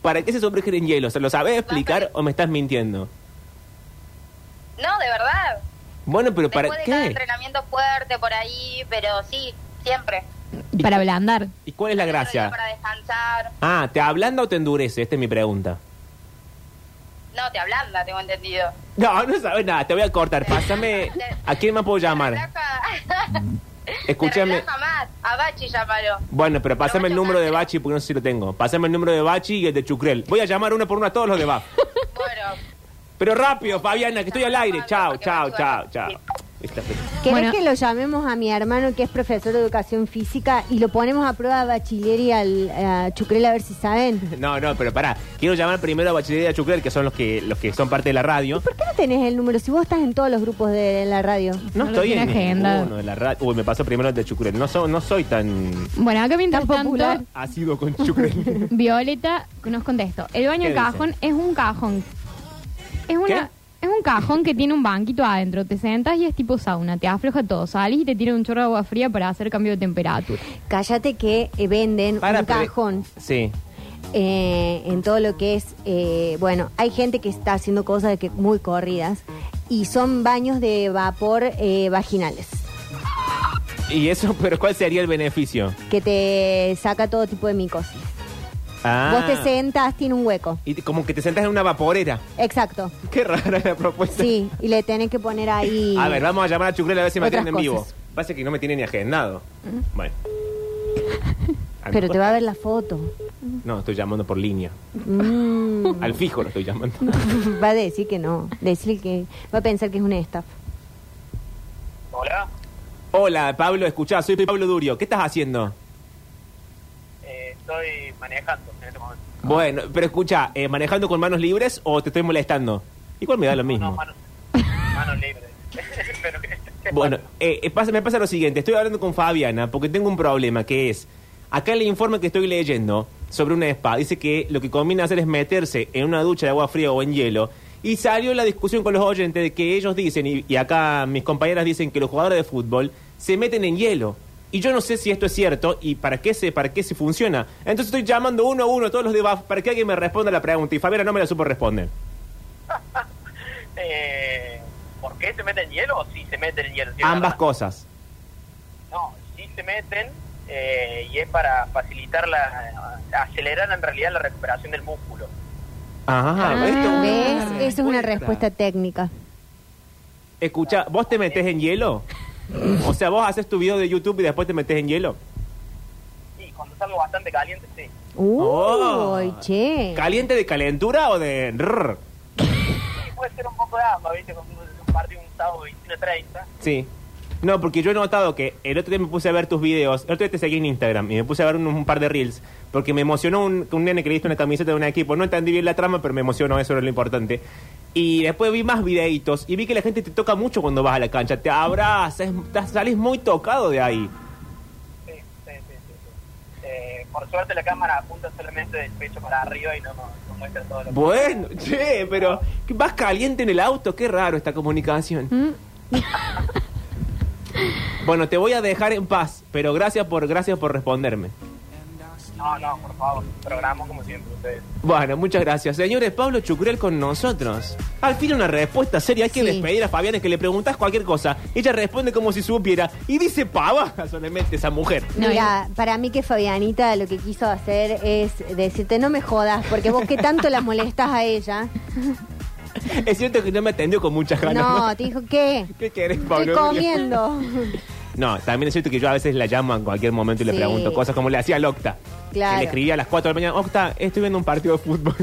Speaker 1: ¿Para qué se sumergen en hielo? ¿Se lo sabés explicar o me estás mintiendo?
Speaker 7: No, de verdad.
Speaker 1: Bueno, pero ¿para
Speaker 7: Después de cada
Speaker 1: qué?
Speaker 7: entrenamiento fuerte por ahí, pero sí, siempre.
Speaker 2: Para ablandar.
Speaker 1: ¿Y cuál es la
Speaker 7: Otro día
Speaker 1: gracia?
Speaker 7: Para descansar.
Speaker 1: Ah, ¿te ablanda o te endurece? Esta es mi pregunta.
Speaker 7: No, te ablanda, tengo entendido.
Speaker 1: No, no sabes nada, te voy a cortar. Pásame. ¿A quién más puedo llamar?
Speaker 7: Relaja. Te
Speaker 1: Escúchame.
Speaker 7: relaja más. A Bachi llámalo.
Speaker 1: Bueno, pero pásame el
Speaker 7: Lo voy a
Speaker 1: número de
Speaker 7: llamar.
Speaker 1: Bachi porque no sé si lo tengo. Pásame el número de Bachi y el de Chucrel. Voy a llamar uno por uno a todos los de Baf.
Speaker 7: Bueno,
Speaker 1: Pero rápido, Fabiana, que estoy al aire. Chao, chao, chao, chao. Esta fe-
Speaker 3: ¿Querés
Speaker 2: Bueno.
Speaker 3: que lo llamemos a mi hermano que es profesor de educación física y lo ponemos a prueba de bachiller y al a Chucrel a ver si saben?
Speaker 1: No, no, pero pará. Quiero llamar primero a Bachiller y a Chucrel, que son los que, los que son parte de la radio.
Speaker 3: ¿Por qué no tenés el número si vos estás en todos los grupos de la radio?
Speaker 1: No
Speaker 2: No lo
Speaker 1: estoy en
Speaker 2: tiene agenda.
Speaker 1: ninguno de la radio. Uy, me pasó primero el de Chucrel. No, so- no soy tan
Speaker 2: Bueno, acá mientras
Speaker 3: Tan
Speaker 2: tanto,
Speaker 3: popular.
Speaker 1: ácido con Chucrel.
Speaker 2: Violeta nos contestó. El baño
Speaker 1: ¿Qué dice?
Speaker 2: en cajón es un cajón. Es una...
Speaker 1: ¿Qué?
Speaker 2: Es un cajón que tiene un banquito adentro. Te sentas y es tipo sauna. Te afloja todo. Salís y te tira un chorro de agua fría para hacer cambio de temperatura.
Speaker 3: Cállate que eh, venden
Speaker 1: Para,
Speaker 3: un
Speaker 1: pero-
Speaker 3: cajón
Speaker 1: sí.
Speaker 3: eh, en todo lo que es, eh, bueno, hay gente que está haciendo cosas que muy corridas y son baños de vapor eh, vaginales
Speaker 1: Y eso, pero ¿cuál sería el beneficio?
Speaker 3: que te saca todo tipo de micosis.
Speaker 1: Ah.
Speaker 3: Vos te sentas, tiene un hueco.
Speaker 1: Y te- como que te sentás en una vaporera.
Speaker 3: Exacto.
Speaker 1: Qué rara la propuesta.
Speaker 3: Sí, y le tenés que poner ahí.
Speaker 1: A ver, vamos a llamar a Chucrel a ver si me
Speaker 3: Otras
Speaker 1: atienden en vivo.
Speaker 3: cosas. Mm.
Speaker 1: Pasa que no me tiene ni agendado. Bueno. A
Speaker 3: Pero
Speaker 1: mí-
Speaker 3: te va a ver la foto.
Speaker 1: No, estoy llamando por línea.
Speaker 3: Mm,
Speaker 1: Al fijo lo estoy llamando.
Speaker 3: va a decir que no. Decirle que va a pensar que es una estafa.
Speaker 8: Hola,
Speaker 1: Hola, Pablo, escuchá, soy Pablo Durio. ¿Qué estás haciendo?
Speaker 8: eh, estoy manejando en este momento.
Speaker 1: Bueno, pero escucha, eh, ¿manejando con manos libres o te estoy molestando? Igual me da lo mismo.
Speaker 8: No, manos, manos libres. Pero que-
Speaker 1: Bueno, eh, eh, pasa- me pasa lo siguiente. Estoy hablando con Fabiana porque tengo un problema que es. Acá el informe que estoy leyendo sobre una spa dice que lo que conviene hacer es meterse en una ducha de agua fría o en hielo. Y salió la discusión con los oyentes de que ellos dicen, y, y acá mis compañeras dicen que los jugadores de fútbol se meten en hielo. Y yo no sé si esto es cierto y para qué se, para qué se funciona. Entonces estoy llamando uno a uno a todos los de BAF para que alguien me responda la pregunta. Y Fabiana no me la supo responder.
Speaker 8: eh, ¿Por qué se meten hielo o si se meten en hielo? Sí,
Speaker 1: Ambas
Speaker 8: ¿verdad?
Speaker 1: cosas.
Speaker 8: No, si se meten eh, y es para facilitar la. acelerar en realidad la recuperación del músculo.
Speaker 1: Ajá,
Speaker 2: Ah,
Speaker 1: esto-
Speaker 3: ¿Ves?
Speaker 2: respuesta.
Speaker 3: Eso es una respuesta técnica.
Speaker 1: Escucha, ¿vos te metés en hielo? O sea, vos haces tu video de YouTube y después te metés en hielo.
Speaker 8: Sí, cuando es algo bastante caliente, sí.
Speaker 3: Uy,
Speaker 1: Oh.
Speaker 3: che.
Speaker 1: ¿Caliente de calentura o de.? rrr?
Speaker 8: Sí, puede ser un poco de ambas, ¿viste? Con un un partido un sábado 21-30.
Speaker 1: Sí. No, porque yo he notado que el otro día me puse a ver tus videos. El otro día te seguí en Instagram y me puse a ver un, un par de reels. Porque me emocionó un, un nene que le diste una camiseta de un equipo. No entendí bien la trama, pero me emocionó, eso era lo importante. Y después vi más videitos y vi que la gente te toca mucho cuando vas a la cancha. Te abrazas, estás- salís muy tocado de ahí.
Speaker 8: Sí, sí, sí. sí, sí. Eh, por suerte la cámara apunta solamente del pecho para arriba y no, no muestra todo lo que-
Speaker 1: Bueno, che, pero vas caliente en el auto, qué raro esta comunicación.
Speaker 3: Mm.
Speaker 1: bueno, te voy a dejar en paz, pero gracias por gracias por responderme.
Speaker 8: No, no, por favor, programo como siempre ustedes.
Speaker 1: Bueno, muchas gracias. Señores, Pablo Chucrel con nosotros. Al fin una respuesta seria. Hay que
Speaker 3: Sí.
Speaker 1: despedir a Fabián, es que le preguntas cualquier cosa. Ella responde como si supiera y dice pava solamente esa mujer.
Speaker 2: No,
Speaker 3: Mira, para mí que Fabianita lo que quiso hacer es decirte no me jodas, porque vos que tanto la molestas a ella.
Speaker 1: Es cierto que no me atendió con muchas ganas. ¿no?
Speaker 3: No, te dijo ¿qué?
Speaker 1: ¿Qué querés, Pablo?
Speaker 3: Estoy comiendo.
Speaker 1: No, también es cierto que yo a veces la llamo en cualquier momento y le
Speaker 3: Sí.
Speaker 1: pregunto cosas como le hacía al Octa.
Speaker 3: Claro.
Speaker 1: Que le escribía a las 4 de la mañana, Octa, estoy viendo un partido de fútbol.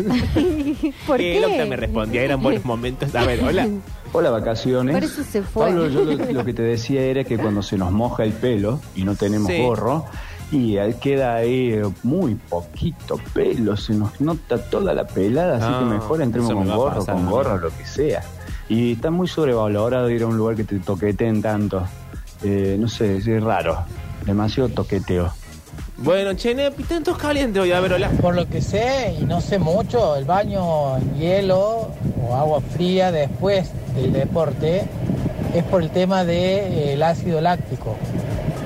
Speaker 3: ¿Por
Speaker 1: y el Octa me
Speaker 3: qué?
Speaker 1: respondía, eran buenos momentos. A ver, hola.
Speaker 4: Hola, vacaciones.
Speaker 3: Por eso se fue.
Speaker 4: Pablo, yo lo, lo que te decía era que cuando se nos moja el pelo y no tenemos
Speaker 1: Sí.
Speaker 4: gorro, y ahí queda ahí eh, muy poquito pelo, se nos nota toda la pelada, así
Speaker 1: Ah,
Speaker 4: que mejor entremos
Speaker 1: eso me
Speaker 4: con
Speaker 1: va a
Speaker 4: gorro,
Speaker 1: pasar,
Speaker 4: con
Speaker 1: ¿no?
Speaker 4: gorro, lo que sea. Y está muy sobrevalorado ir a un lugar que te toqueten tanto. Eh, no sé, es raro. demasiado toqueteo.
Speaker 1: Bueno, che, Nepi, tantos calientes hoy, a ver, hola.
Speaker 9: Por lo que sé, y no sé mucho, el baño en hielo o agua fría después del deporte es por el tema del ácido láctico.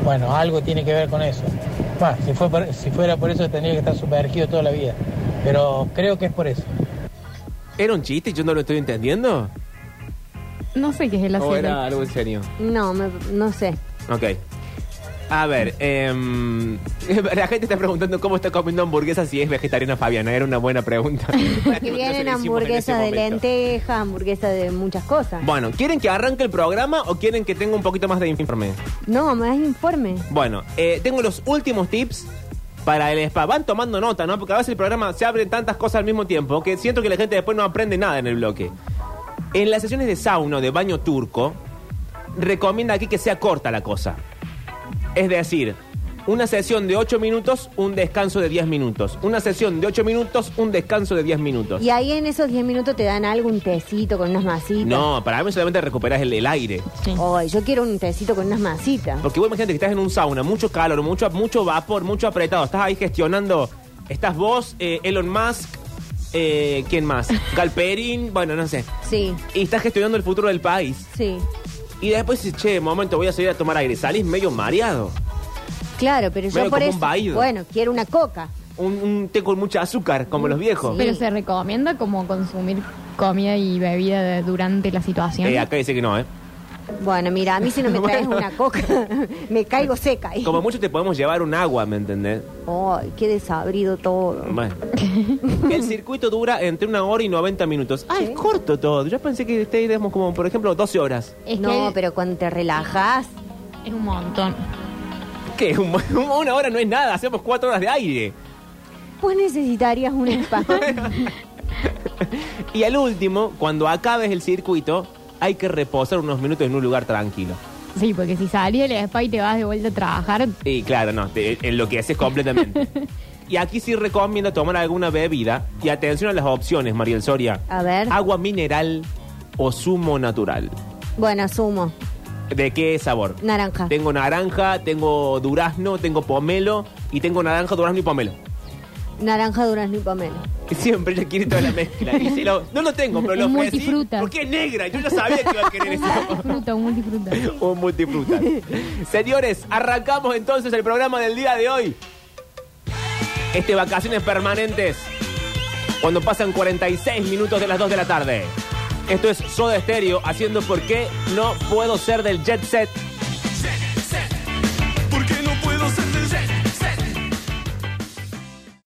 Speaker 9: Bueno, algo tiene que ver con eso. Bueno, si, fue por- si fuera por eso tendría que estar sumergido toda la vida, pero creo que es por eso.
Speaker 1: ¿Era un chiste y yo no lo estoy entendiendo?
Speaker 2: No sé qué es el
Speaker 1: ¿O
Speaker 2: ácido
Speaker 1: era
Speaker 2: láctico.
Speaker 1: algo en serio?
Speaker 3: No, me- no sé.
Speaker 1: Ok. A ver, em, la gente está preguntando cómo está comiendo hamburguesas si es vegetariana Fabiana. Era una buena pregunta.
Speaker 3: Que vienen hamburguesas
Speaker 1: hamburguesas
Speaker 3: de lenteja, hamburguesas de muchas cosas.
Speaker 1: Bueno, ¿quieren que arranque el programa o quieren que tenga un poquito más de informe?
Speaker 3: No, más informe.
Speaker 1: Bueno, eh, tengo los últimos tips para el spa. Van tomando nota, ¿no? Porque a veces el programa se abren tantas cosas al mismo tiempo que siento que la gente después no aprende nada en el bloque. En las sesiones de sauna o de baño turco, recomienda aquí que sea corta la cosa. Es decir, una sesión de 8 minutos, un descanso de 10 minutos. Una sesión de 8 minutos, un descanso de 10 minutos.
Speaker 3: Y ahí en esos 10 minutos te dan algo, un tecito con unas masitas.
Speaker 1: No, para mí solamente recuperas el- el aire.
Speaker 2: Sí.
Speaker 3: Ay, yo quiero un tecito con unas masitas.
Speaker 1: Porque vos imagínate que estás en un sauna, mucho calor, mucho, mucho vapor, mucho apretado. Estás ahí gestionando. Estás vos, eh, Elon Musk, eh, ¿quién más? Galperín, bueno, no sé.
Speaker 3: Sí,
Speaker 1: Y estás gestionando el futuro del país.
Speaker 3: sí.
Speaker 1: Y después dices, che, momento, voy a salir a tomar aire. Salís medio mareado.
Speaker 3: Claro, pero yo
Speaker 1: Medio
Speaker 3: por
Speaker 1: como
Speaker 3: eso.
Speaker 1: un vaído.
Speaker 3: Bueno, quiero una coca.
Speaker 1: Un, un té con mucha azúcar, como los viejos.
Speaker 2: Pero se recomienda como consumir comida y bebida de- durante la situación.
Speaker 1: Eh, acá dice que no, ¿eh?
Speaker 3: Bueno, mira, a mí si no me traes
Speaker 1: Bueno.
Speaker 3: una coca, me caigo seca. ahí.
Speaker 1: Como mucho te podemos llevar un agua, ¿me entendés?
Speaker 3: Ay, qué desabrido todo.
Speaker 1: Bueno. El circuito dura entre una hora y 90 minutos. Ah, es corto todo. Yo pensé que estaríamos como, por ejemplo, 12 horas.
Speaker 2: Es
Speaker 3: no,
Speaker 2: que
Speaker 3: pero cuando te relajas,
Speaker 2: es un montón.
Speaker 1: ¿Qué? Un- Una hora no es nada, hacemos cuatro horas de aire.
Speaker 3: pues necesitarías un spa.
Speaker 1: Y al último, cuando acabes el circuito, hay que reposar unos minutos en un lugar tranquilo.
Speaker 2: Sí, porque si salís del spa y te vas de vuelta a trabajar,
Speaker 1: Y claro, no, te enloqueces completamente. y aquí sí recomiendo tomar alguna bebida. Y atención a las opciones, Mariel Soria.
Speaker 3: A ver.
Speaker 1: Agua mineral o zumo natural.
Speaker 3: bueno, sumo.
Speaker 1: ¿De qué sabor?
Speaker 3: Naranja.
Speaker 1: Tengo naranja, tengo durazno, tengo pomelo y tengo naranja, durazno y pomelo.
Speaker 3: Naranja, durazno y pomelo.
Speaker 1: Siempre ella quiere toda la mezcla. Y se lo- no lo tengo, pero lo
Speaker 2: Un
Speaker 1: ofrecí
Speaker 2: multifruta.
Speaker 1: Porque es negra, yo ya sabía que iba a querer eso.
Speaker 2: fruta, un multifruta.
Speaker 1: Un multifruta. Señores, arrancamos entonces el programa del día de hoy. Este vacaciones permanentes. Cuando pasan 46 minutos de las 2 de la tarde. Esto es Soda Estéreo haciendo por qué no puedo ser del jet set